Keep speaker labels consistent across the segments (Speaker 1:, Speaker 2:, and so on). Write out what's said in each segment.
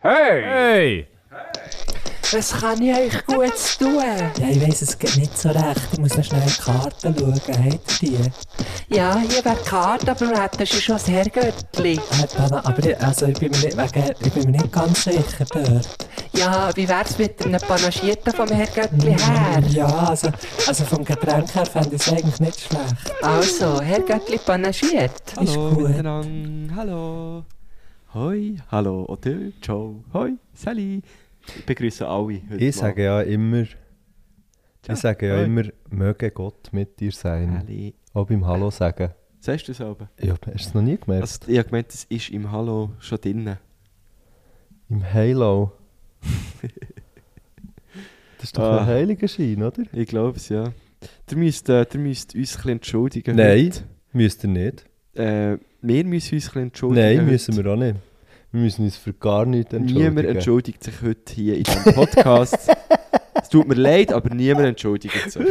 Speaker 1: Hey!
Speaker 2: Hey!
Speaker 3: Was kann ich euch Gutes tun?
Speaker 4: Ja, ich weiss, es geht nicht so recht. Ich muss noch schnell in die Karten schauen. Habt ihr die? Äh,
Speaker 3: Ja, hier wäre die Karte, aber das ist schon das Herrgöttli.
Speaker 4: Äh, Dana, aber ich, also, ich, bin mir nicht, wegen, ich bin mir nicht ganz sicher dort.
Speaker 3: Ja, wie wär's mit einem Panagierten vom Herrgöttli her?
Speaker 4: Ja, also, also vom Getränk her fände ich es eigentlich nicht schlecht.
Speaker 3: Also, Herrgöttli panagiert.
Speaker 4: Ist
Speaker 5: Hallo
Speaker 4: gut.
Speaker 5: miteinander, hallo. Hoi, hallo, Otö, ciao, hoi, Sally. Ich begrüße alle heute
Speaker 6: Ich sage ja immer,
Speaker 5: Ja,
Speaker 6: ich sage ja
Speaker 5: hoi.
Speaker 6: immer, möge Gott mit dir
Speaker 5: mal.
Speaker 6: sein.
Speaker 5: Sally.
Speaker 6: Auch beim Hallo sagen.
Speaker 5: Sagst du das aber?
Speaker 6: Ich habe es noch nie gemerkt.
Speaker 5: Also, ich habe gemeint, das ist im Hallo schon drinnen.
Speaker 6: Im Halo. das ist doch
Speaker 5: Ah.
Speaker 6: ein heiliger Schein, oder?
Speaker 5: Ich glaube es, ja. Ihr müsst, äh, ihr müsst uns ein bisschen entschuldigen.
Speaker 6: Nein,
Speaker 5: heute.
Speaker 6: müsst ihr nicht.
Speaker 5: Äh, wir müssen uns ein bisschen entschuldigen.
Speaker 6: Nein, müssen wir auch nicht. Wir müssen uns für gar nichts entschuldigen.
Speaker 5: Niemand entschuldigt sich heute hier in diesem Podcast. es tut mir leid, aber niemand entschuldigt sich.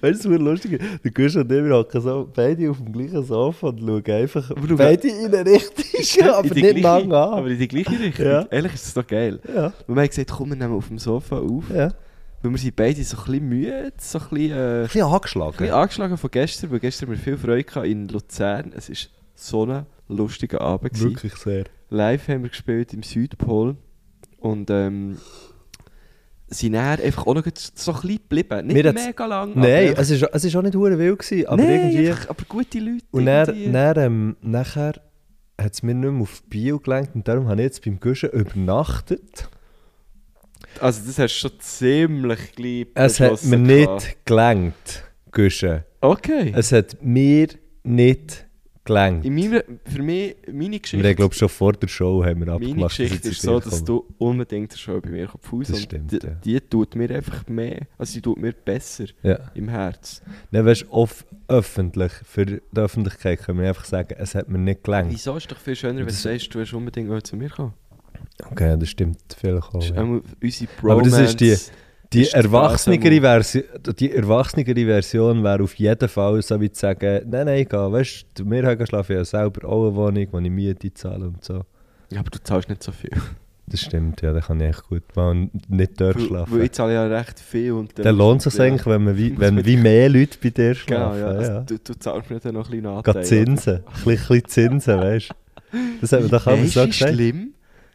Speaker 6: Weißt du, was lustig ist? Der Gusch und ich, wir hocken so beide auf dem gleichen Sofa und schauen einfach
Speaker 5: schauen-
Speaker 6: beide in eine Richtung, aber
Speaker 5: In die
Speaker 6: nicht
Speaker 5: gleiche-
Speaker 6: lang an.
Speaker 5: Aber in die gleiche Richtung.
Speaker 6: Ja.
Speaker 5: Ehrlich ist das doch geil.
Speaker 6: Ja,
Speaker 5: Und wir haben gesagt, komm, wir nehmen auf dem Sofa auf.
Speaker 6: ja.
Speaker 5: Weil wir sind beide so ein bisschen müde, so ein bisschen, äh, ein
Speaker 6: bisschen angeschlagen.
Speaker 5: bisschen angeschlagen von gestern, weil gestern haben wir viel Freude hatten in Luzern. Es war so ein lustiger Abend. gewesen.
Speaker 6: Wirklich sehr.
Speaker 5: Live haben wir gespielt im Südpol und ähm, sind dann einfach auch noch so ein bisschen geblieben. Nicht
Speaker 6: Mir hat's-
Speaker 5: mega lang, aber
Speaker 6: Nein,
Speaker 5: einfach-
Speaker 6: es war es ist auch nicht hure wild, gewesen, aber
Speaker 5: Nein,
Speaker 6: irgendwie...
Speaker 5: einfach- aber gute Leute.
Speaker 6: Und dann,
Speaker 5: irgendwie.
Speaker 6: dann, ähm, nachher hat es mir nicht mehr auf Bio gelenkt und darum habe ich jetzt beim Guschen übernachtet.
Speaker 5: Also das hast du schon ziemlich dus gleich
Speaker 6: Es hat mir
Speaker 5: beschlossen gehabt.
Speaker 6: nicht gelenkt, Guschen.
Speaker 5: Okay.
Speaker 6: Es hat mir nicht gelenkt.
Speaker 5: in meiner, für mich, meine
Speaker 6: Wir haben,
Speaker 5: Geschichte...
Speaker 6: glaube ich, schon vor der Show haben wir
Speaker 5: Meine
Speaker 6: abgemacht,
Speaker 5: Geschichte
Speaker 6: jetzt
Speaker 5: ist
Speaker 6: zu dir
Speaker 5: so, dass
Speaker 6: kommen.
Speaker 5: du unbedingt eine Show bei mir Fuß
Speaker 6: Das
Speaker 5: und
Speaker 6: stimmt,
Speaker 5: die,
Speaker 6: ja.
Speaker 5: die tut mir einfach mehr, also die tut mir besser
Speaker 6: Ja.
Speaker 5: im Herz.
Speaker 6: Nein, weißt, off öffentlich, für die Öffentlichkeit können wir einfach sagen, es hat mir nicht gelenkt.
Speaker 5: Wieso ist doch viel schöner, wenn du
Speaker 6: Das-
Speaker 5: sagst, du hast unbedingt auch zu mir kommen.
Speaker 6: Okay, das stimmt vielleicht auch.
Speaker 5: Das ist
Speaker 6: Oh, ja.
Speaker 5: einmal unsere
Speaker 6: Aber
Speaker 5: Bromance.
Speaker 6: das ist die- Die
Speaker 5: ist die
Speaker 6: erwachsenere,
Speaker 5: Frage,
Speaker 6: Version, die erwachsenere Version wäre auf jeden Fall so wie zu sagen, nein, nein, geh, weißt du, wir haben schlafen ja selber auch eine Wohnung, wo ich Miete zahle und so.
Speaker 5: Ja, aber du zahlst nicht so viel.
Speaker 6: Das stimmt, ja, da kann ich echt gut mal n- nicht dort
Speaker 5: Weil, weil
Speaker 6: schlafen.
Speaker 5: ich zahle ja recht viel. Und
Speaker 6: Dann lohnt es sich
Speaker 5: ja.
Speaker 6: eigentlich, wenn, man wie,
Speaker 5: Muss
Speaker 6: wenn
Speaker 5: mit-
Speaker 6: wie mehr Leute bei dir
Speaker 5: Genau,
Speaker 6: schlafen.
Speaker 5: ja. Also,
Speaker 6: ja.
Speaker 5: Du, du zahlst mir dann noch ein bisschen Anteil.
Speaker 6: Geh Zinsen, ein bisschen, bisschen Zinsen, weißt du. Das hat man doch
Speaker 5: Weisst
Speaker 6: alles so
Speaker 5: du, ist
Speaker 6: gesagt. Ein
Speaker 5: schlimm.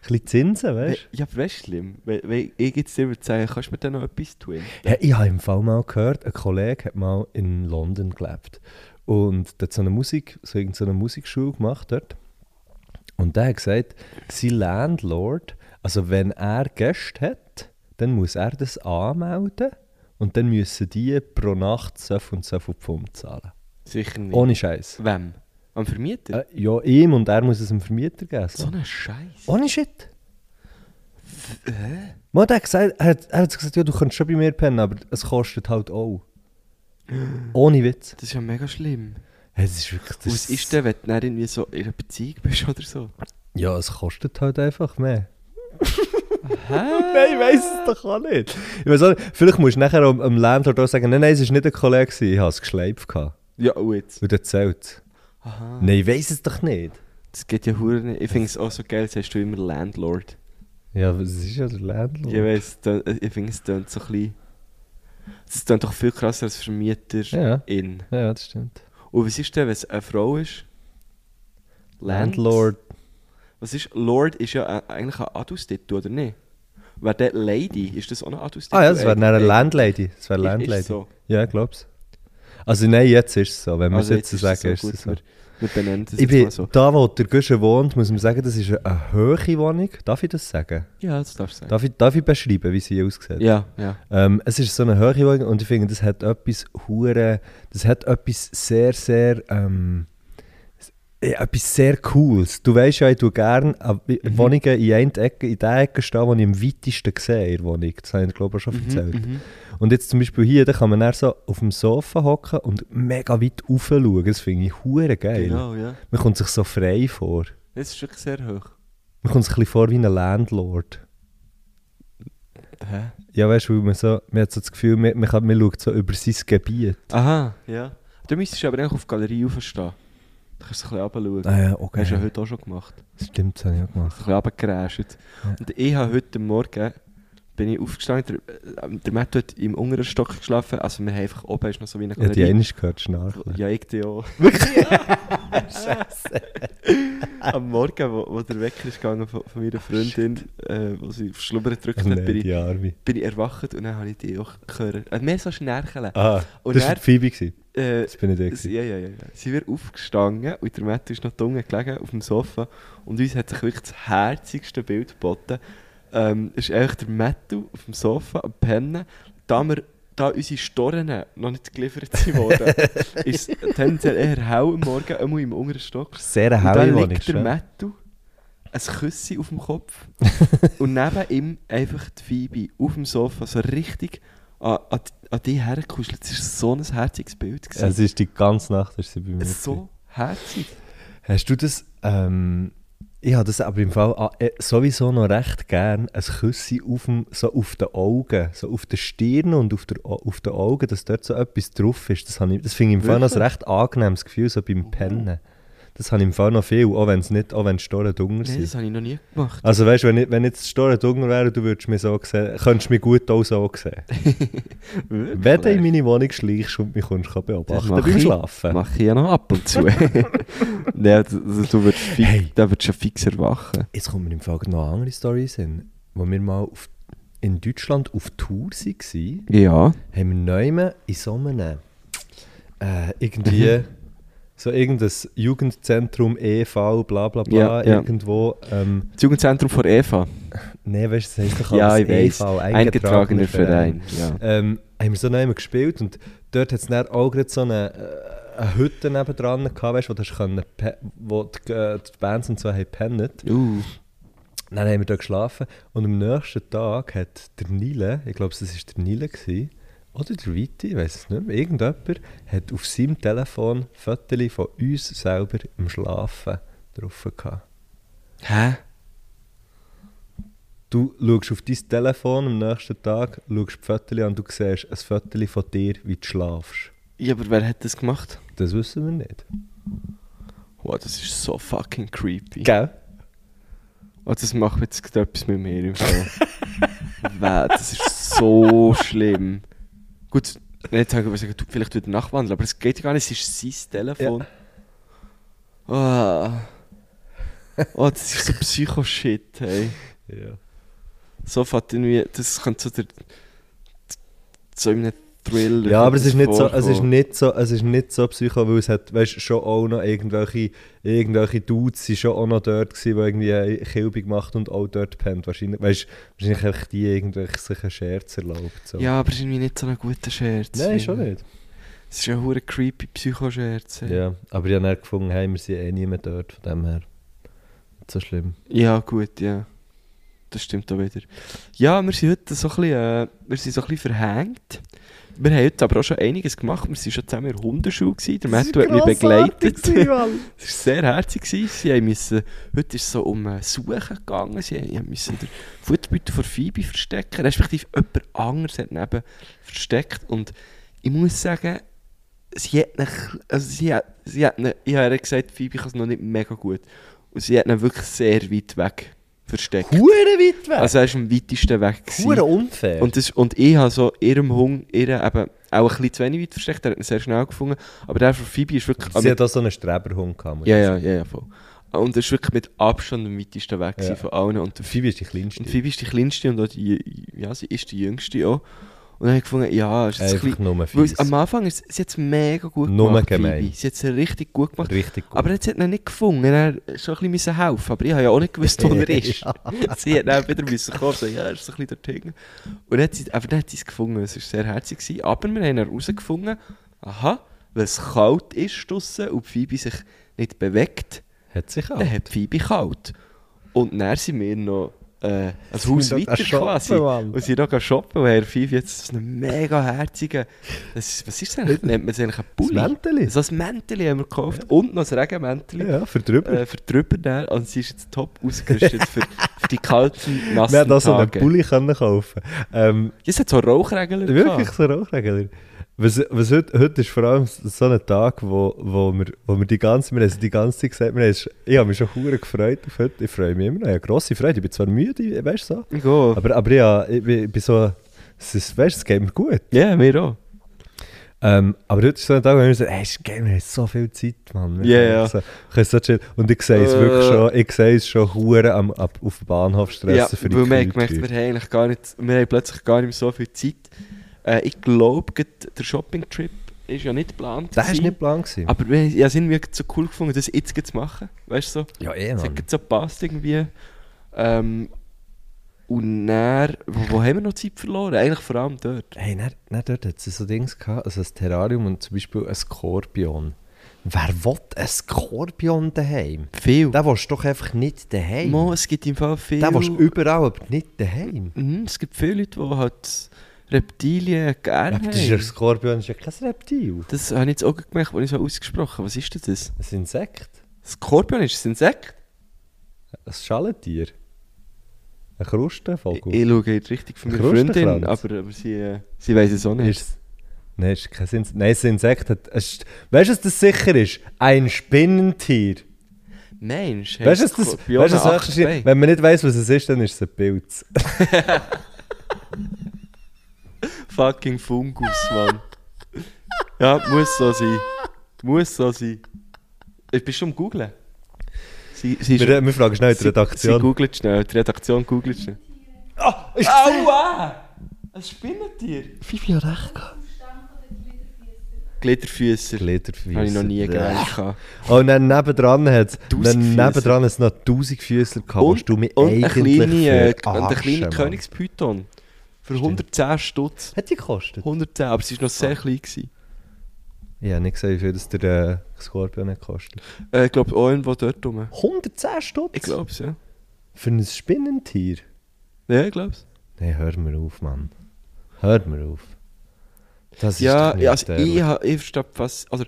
Speaker 6: bisschen Zinsen, weißt
Speaker 5: Ja, aber weißt du, schlimm? Weil, weil ich jetzt dir würde sagen, kannst du mir dann noch etwas tun?
Speaker 6: Ja, ich habe im Fall mal gehört, ein Kollege hat mal in London gelebt. Und der hat so eine, Musik, so irgend so eine Musikschule gemacht dort. Und der hat gesagt, sein Landlord, also wenn er Gäste hat, dann muss er das anmelden. Und dann müssen die pro Nacht so viel und so viel Pfund zahlen.
Speaker 5: Sicher nicht.
Speaker 6: Ohne Scheiß.
Speaker 5: Wem? Am Vermieter?
Speaker 6: Äh, ja, ihm und er muss es dem Vermieter geben.
Speaker 5: So ein Scheiß.
Speaker 6: Ohne Shit. Mo, der hat gesagt, er, hat, er hat gesagt, ja, du könntest schon bei mir pennen, aber es kostet halt auch. Ohne Witz.
Speaker 5: Das ist ja mega schlimm.
Speaker 6: Hey, Es ist wirklich das.
Speaker 5: Was ist denn, wenn du dann irgendwie so in einer Beziehung bist oder so?
Speaker 6: Ja, es kostet halt einfach mehr.
Speaker 5: Hä?
Speaker 6: Nein, ich weiß es doch auch nicht. Ich weiss auch nicht. Vielleicht musst du nachher am, am Landlord auch sagen, nein, nein, es war nicht ein Kollege, gewesen, ich habe es geschleift. gehabt.
Speaker 5: Ja, und jetzt.
Speaker 6: Und er zählt.
Speaker 5: Aha.
Speaker 6: Nein, ich weiß es doch nicht.
Speaker 5: Das geht ja hure nicht. Ich finde es auch so geil, sagst du immer Landlord.
Speaker 6: Ja, aber es ist ja der Landlord.
Speaker 5: Ich weiss, tö- ich finde es tönt so ein bisschen... Es tönt doch viel krasser als Vermieter
Speaker 6: Ja.
Speaker 5: in.
Speaker 6: ja, das stimmt.
Speaker 5: Und was ist denn, wenn es eine Frau ist? Land-
Speaker 6: Landlord.
Speaker 5: Was ist... Lord ist ja ein- eigentlich ein Adus-Titel, oder nicht? Wäre der Lady, ist das auch ein Adus-Titel?
Speaker 6: Ah ja, es wäre dann eine
Speaker 5: Eigentlich?
Speaker 6: Landlady. Es wäre
Speaker 5: Ist- ist
Speaker 6: Landlady.
Speaker 5: so.
Speaker 6: Ja, ich glaube es. Also nein, jetzt ist es so. Wenn wir
Speaker 5: Also
Speaker 6: es jetzt,
Speaker 5: ist
Speaker 6: sagen,
Speaker 5: so
Speaker 6: ist
Speaker 5: gut,
Speaker 6: es so.
Speaker 5: Wir, wir benennen das
Speaker 6: Ich
Speaker 5: jetzt
Speaker 6: bin,
Speaker 5: mal so.
Speaker 6: da wo der Guschen wohnt, muss man sagen, das ist eine- eine hohe Wohnung. Darf ich das sagen?
Speaker 5: Ja, das darfst du sagen.
Speaker 6: Darf ich, darf ich beschreiben, wie sie aussieht?
Speaker 5: Ja, ja.
Speaker 6: Ähm, es ist so eine hohe Wohnung und ich finde, das hat etwas hure, das hat etwas sehr, sehr, ähm, ja, etwas sehr Cooles. Du weißt ja, ich tue gerne äh,
Speaker 5: Mhm.
Speaker 6: Wohnungen in einer Ecke, in der Ecke stehen, die ich am weitesten sehe in der Wohnung. Das habe ich, glaube ich, auch
Speaker 5: Mhm,
Speaker 6: schon erzählt. Und jetzt zum Beispiel hier, da kann man dann so auf dem Sofa hocken und mega weit rauf schauen. Das finde ich hure geil.
Speaker 5: Genau, ja.
Speaker 6: Man kommt sich so frei vor.
Speaker 5: Das ist wirklich sehr hoch.
Speaker 6: Man kommt sich ein bisschen vor wie ein Landlord.
Speaker 5: Hä?
Speaker 6: Ja, weißt du, weil man, so, man hat so das Gefühl, man, man, kann, man schaut so über sein Gebiet.
Speaker 5: Aha, ja. Du müsstest aber eigentlich auf die Galerie aufstehen. Du kannst es ein bisschen runterschauen.
Speaker 6: Ah ja,
Speaker 5: Das hast du ja
Speaker 6: okay.
Speaker 5: heute auch schon gemacht.
Speaker 6: Stimmt, das habe ich auch
Speaker 5: Ein
Speaker 6: gemacht.
Speaker 5: bisschen runtergerasht.
Speaker 6: Ja.
Speaker 5: Und ich habe heute Morgen bin ich aufgestanden, der, äh, der Matt hat im unteren Stock geschlafen, also wir haben einfach oben ist noch so wie eine
Speaker 6: Ich habe die einmal gehört, schnarchen.
Speaker 5: Ja, ich dir auch. Am Morgen, wo, wo der Wecker ist gegangen von, von meiner Freundin, äh, wo sie auf Schlummer gedrückt
Speaker 6: Ach
Speaker 5: hat, bin,
Speaker 6: nein,
Speaker 5: ich,
Speaker 6: die Arme.
Speaker 5: bin ich erwacht und dann habe ich die auch gehört. Äh, mehr so Schnärcheln.
Speaker 6: Ah,
Speaker 5: Und
Speaker 6: das war
Speaker 5: dann-
Speaker 6: die Phoebe. gewesen.
Speaker 5: Äh,
Speaker 6: Das bin nicht ich.
Speaker 5: es-
Speaker 6: gewesen.
Speaker 5: ja, ja, ja. ja. Sie wird aufgestanden und der Matt ist noch dunkel gelegen auf dem Sofa und uns hat sich wirklich das herzigste Bild geboten. Ähm, ist eigentlich der Matt auf dem Sofa am Pennen, da wir da unsere Storren noch nicht geliefert sind worden, ist es tendenziell eher hell am Morgen, einmal im unteren Stock.
Speaker 6: Sehr eine
Speaker 5: Und da
Speaker 6: helle Wohnung.
Speaker 5: liegt der
Speaker 6: gell?
Speaker 5: Mattu, ein Küssi auf dem Kopf und neben ihm einfach die Phoebe auf dem Sofa, so richtig an, an, an die hergekuschelt. Es war so ein herziges Bild. gewesen.
Speaker 6: Es ist die ganze Nacht ist sie bei mir. gewesen.
Speaker 5: so herzig.
Speaker 6: Hast du das? Ähm, ich habe das aber im Fall ah, eh, sowieso noch recht gern, ein Küssi auf, dem, so auf den Augen, so auf der Stirn und auf, der, Au- auf den Augen, dass dort so etwas drauf ist. Das, habe ich, das finde ich im Fall noch ein
Speaker 5: Wirklich?
Speaker 6: recht angenehmes Gefühl, so beim Pennen. Das habe ich im Fall noch viel, auch wenn es nicht, auch wenn die Storen dunkel
Speaker 5: Nein,
Speaker 6: sind.
Speaker 5: das habe ich noch nie gemacht.
Speaker 6: Also weißt du, wenn, ich- wenn jetzt die Storen dunkel wären, du würdest mich so sehen, könntest mich gut auch so sehen.
Speaker 5: Wirklich?
Speaker 6: Wenn du in meine Wohnung schleichst und mich kommst, kann beobachten
Speaker 5: mache
Speaker 6: beim
Speaker 5: ich.
Speaker 6: Schlafen.
Speaker 5: Mache ich ja noch ab und zu. Nein, du, du würdest fix,
Speaker 6: Hey.
Speaker 5: da würdest du fix erwachen.
Speaker 6: Jetzt kommt mir im Fall gerade noch eine andere Story in den Sinn. Wo wir mal auf, in Deutschland auf Tour waren,
Speaker 5: Ja.
Speaker 6: haben wir neume in so einem äh,
Speaker 5: Mhm.
Speaker 6: irgendwie so irgendein Jugendzentrum EV bla bla bla
Speaker 5: Ja, ja.
Speaker 6: irgendwo ähm,
Speaker 5: Das Jugendzentrum von Eva.
Speaker 6: nee weißt du das heisst doch
Speaker 5: Ja,
Speaker 6: alles E
Speaker 5: ich weiss.
Speaker 6: EV
Speaker 5: Eingetragener Verein. Ja.
Speaker 6: ähm, haben wir so neu gespielt und dort hat es dann auch gerade so eine, äh, eine Hütte nebendran gehabt weißt, wo, du hast können, pe- wo die, äh, die Bands und so haben pennet
Speaker 5: Uh,
Speaker 6: Dann haben wir da geschlafen und am nächsten Tag hat der Nile, ich glaube, das war der Nile, gewesen, oder der Viti, ich weiß es nicht mehr, irgendjemand hat auf seinem Telefon Fotos von uns selber im Schlafen drauf gehabt.
Speaker 5: hä?
Speaker 6: Du schaust auf dein Telefon am nächsten Tag, schaust die Fotos an und du siehst ein Foto von dir, wie du schlafst.
Speaker 5: Ja, aber wer hat das gemacht?
Speaker 6: Das wissen wir nicht.
Speaker 5: Wow, das ist so fucking creepy.
Speaker 6: Gell?
Speaker 5: Oh, das macht jetzt gerade etwas mit mir im Fall. Wow, das ist so schlimm. Gut, jetzt habe ich gesagt, du, vielleicht wieder nachwandeln, aber es geht ja gar nicht, es ist sein Telefon. Ah. Oh, das ist so Psycho-Shit, hey.
Speaker 6: Ja.
Speaker 5: So fährt irgendwie, das könnte so der... so in einem Thriller...
Speaker 6: Ja, aber es
Speaker 5: könnte
Speaker 6: ist, nicht so,
Speaker 5: das
Speaker 6: es, ist
Speaker 5: vorkommen.
Speaker 6: nicht so, es ist nicht so psycho, weil es hat weißt, schon auch noch irgendwelche, irgendwelche Dudes sind schon auch noch dort gewesen, die irgendwie eine Kilbe gemacht und auch dort pennt. Wahrscheinlich, weißt, wahrscheinlich haben die irgendwelche sich einen Scherz erlaubt. So.
Speaker 5: Ja, aber es ist irgendwie nicht so ein guter Scherz.
Speaker 6: Nein, schon nicht.
Speaker 5: Es ist ja ein verdammt creepy Psycho-Scherz. hey.
Speaker 6: Ja, aber ich habe dann gefunden, hey, wir sind eh nie mehr dort, von dem her. Nicht so schlimm.
Speaker 5: Ja, gut, ja. Das stimmt auch wieder. Ja, wir sind heute so ein bisschen, äh, wir sind so ein bisschen verhängt. Wir haben heute aber auch schon einiges gemacht. Wir waren schon zusammen in der Hundeschule. Gewesen. Der Matthew hat mich begleitet. Es war sehr herzig. Gewesen. Sie haben müssen, heute ist es so um äh, Suchen gegangen. Sie haben müssen den Futterbeutel von Phoebe verstecken. Respektive jemand anderes hat neben versteckt. Und ich muss sagen, sie hat nach, also sie hat, sie hat nach, ich habe ihr gesagt, Phoebe kann es noch nicht mega gut. Und sie hat ihn wirklich sehr weit weg versteckt.
Speaker 6: Hure weit weg!
Speaker 5: Also er war am weitesten weg. gewesen.
Speaker 6: Hure unfair!
Speaker 5: Und, das, und ich habe so ihrem Hung, ihre eben auch ein bisschen zu wenig weit versteckt, er hat ihn sehr schnell gefunden. Aber der von Phoebe ist wirklich...
Speaker 6: sie hat auch so einen Streberhund gehabt. muss
Speaker 5: ja,
Speaker 6: ich
Speaker 5: ja,
Speaker 6: sagen.
Speaker 5: ja, ja, voll. Und er ist wirklich mit Abstand am weitesten weg
Speaker 6: Ja.
Speaker 5: gewesen von allen. Und der
Speaker 6: Phoebe ist die kleinste.
Speaker 5: und Phoebe ist die kleinste und auch die, ja, sie ist die jüngste auch. Und dann habe ich gefunden, ja, ist das ein
Speaker 6: Einfach
Speaker 5: bisschen,
Speaker 6: nur
Speaker 5: weil
Speaker 6: fies.
Speaker 5: es, am Anfang ist sie hat es mega gut
Speaker 6: Nur
Speaker 5: gemacht,
Speaker 6: gemein.
Speaker 5: Phoebe. Sie hat es richtig gut gemacht.
Speaker 6: Richtig gut.
Speaker 5: Aber jetzt hat er nicht gefunden, er hat schon ein bisschen helfen müssen. aber ich habe ja auch nicht gewusst, wo er ist. Sie hat dann wieder müssen kommen, so, ja, er ist so ein bisschen dort hinten. Und dann hat sie, aber dann hat sie es gefunden, es war sehr herzig, gewesen. aber wir haben herausgefunden, aha, weil es kalt ist draussen und die Phoebe sich nicht bewegt,
Speaker 6: hat sich auch.
Speaker 5: dann hat die Phoebe kalt. Und dann sind wir noch äh, ein
Speaker 6: sind
Speaker 5: Haus
Speaker 6: Also, wir noch
Speaker 5: weiter
Speaker 6: shoppen,
Speaker 5: quasi.
Speaker 6: Mann.
Speaker 5: Und sind noch shoppen, weil Herr Phoebe jetzt so einen mega herzigen, das ist, was ist das eigentlich, nennt man es eigentlich, ein
Speaker 6: Das
Speaker 5: Pulli?
Speaker 6: Mäntel.
Speaker 5: So ein Mäntel haben wir gekauft und noch ein Regenmäntel
Speaker 6: Ja, verdrüber.
Speaker 5: äh, für drüber nehmen. Und sie ist jetzt top ausgerüstet für, für die kalten, nassen
Speaker 6: Wir hätten auch so einen
Speaker 5: Tage.
Speaker 6: Pulli können kaufen ähm,
Speaker 5: Ja, es hat so Rauchregeln
Speaker 6: Wirklich so Rauchregler. Was, was heute, heute ist vor allem so ein Tag, wo, wo, wir, wo wir die ganze, wir haben die ganze Zeit gesagt, wir haben, ich habe mich schon hure gefreut auf heute, ich freue mich immer noch, ich habe grosse Freude, ich bin zwar müde, weißt du so,
Speaker 5: Ich gehe.
Speaker 6: aber, aber ja, ich, bin- ich bin so, es ist, weißt du, es geht mir gut.
Speaker 5: Ja, mir auch.
Speaker 6: Ähm, aber heute ist so ein Tag, wo wir sagen, hey, ist geil, wir haben so viel Zeit, Mann. Wir
Speaker 5: Ja,
Speaker 6: können
Speaker 5: ja.
Speaker 6: So, können so chillen. Und ich sehe es
Speaker 5: Äh.
Speaker 6: wirklich schon, ich sehe es schon hure am, ab, auf dem Bahnhof stressen
Speaker 5: Ja,
Speaker 6: für die
Speaker 5: weil wir haben
Speaker 6: Kühe.
Speaker 5: gemerkt, wir haben, eigentlich gar nicht, wir haben plötzlich gar nicht mehr so viel Zeit. Äh, ich glaube, gerade der Shopping-Trip ist ja nicht geplant.
Speaker 6: Das war
Speaker 5: gewesen.
Speaker 6: nicht lang. Gewesen.
Speaker 5: Aber wir, ich habe es irgendwie so cool gefunden, das jetzt gerade zu machen. Weißt du so?
Speaker 6: Ja, eh,
Speaker 5: Es
Speaker 6: Mann.
Speaker 5: hat gerade so gepasst irgendwie. Ähm, und dann, wo, wo haben wir noch Zeit verloren? Eigentlich vor allem dort.
Speaker 6: Hey, dann, dann dort hat sie so Dings gehabt, also ein Terrarium und zum Beispiel ein Skorpion. Wer will ein Skorpion daheim?
Speaker 5: Viel.
Speaker 6: Den willst du doch einfach nicht daheim.
Speaker 5: Mo, es gibt im Fall viel.
Speaker 6: Den willst du überall, aber nicht daheim.
Speaker 5: Mhm, es gibt viele Leute, die halt Reptilien gerne
Speaker 6: Aber das ist ja- ein
Speaker 5: haben.
Speaker 6: Skorpion ist ja kein Reptil.
Speaker 5: Das habe ich jetzt auch gemerkt, als ich so ausgesprochen habe. Was ist denn das?
Speaker 6: Ein Insekt.
Speaker 5: Skorpion ist ein Insekt?
Speaker 6: Ein Schalentier. Ein Krustenvogel.
Speaker 5: Ich, ich schaue jetzt richtig von meiner Freundin,
Speaker 6: Krustenkranz.
Speaker 5: aber, aber sie, äh, sie weiss es auch nicht.
Speaker 6: Ist, nein, ist kein Insekt. Nein, ein Insekt hat. es ist- Weißt du, was das sicher ist? Ein Spinnentier.
Speaker 5: Mensch,
Speaker 6: Weißt du, was das, weißt, du, was das ist? Wenn man nicht weiß, was es ist, dann ist es ein Pilz.
Speaker 5: Fucking Fungus, Mann. ja, muss so sein. Muss so sein. Ich bin schon am Googlen. Sie, sie ist,
Speaker 6: Wir, wir fragen schnell die
Speaker 5: sie, Sie
Speaker 6: Redaktion.
Speaker 5: googelt schnell, die Redaktion googelt schnell.
Speaker 6: Ah, ist
Speaker 5: Aua! Ein Spinnentier!
Speaker 6: Fifi hat recht gehabt.
Speaker 5: Glitterfüßer.
Speaker 6: Glederfüße.
Speaker 5: Habe ich noch nie gelernt.
Speaker 6: Oh, und dann nebendran hat es
Speaker 5: Tausendfüßer.
Speaker 6: nebendran hat's noch 1000 Füßler gehabt, was du mir
Speaker 5: und eine
Speaker 6: eigentlich
Speaker 5: kleine, äh,
Speaker 6: für
Speaker 5: und eine
Speaker 6: Arschen,
Speaker 5: kleine
Speaker 6: Mann.
Speaker 5: Königspython. Für 110 Stutz.
Speaker 6: Hat die gekostet?
Speaker 5: 110, aber sie war noch sehr klein. Gewesen.
Speaker 6: Ich habe nicht gesehen, wie viel das der äh, Skorpion hat gekostet.
Speaker 5: Äh, ich glaube, auch irgendwo dort rum.
Speaker 6: 110 Stutz?
Speaker 5: Ich glaube es, ja.
Speaker 6: Für ein Spinnentier?
Speaker 5: Ja, ich glaube es.
Speaker 6: Nein, hört mir auf, Mann. Hört mir auf. Das
Speaker 5: Ja,
Speaker 6: ist doch nicht
Speaker 5: ja, also ich,
Speaker 6: ehrlich.
Speaker 5: ha- ich verstehe fast. Also,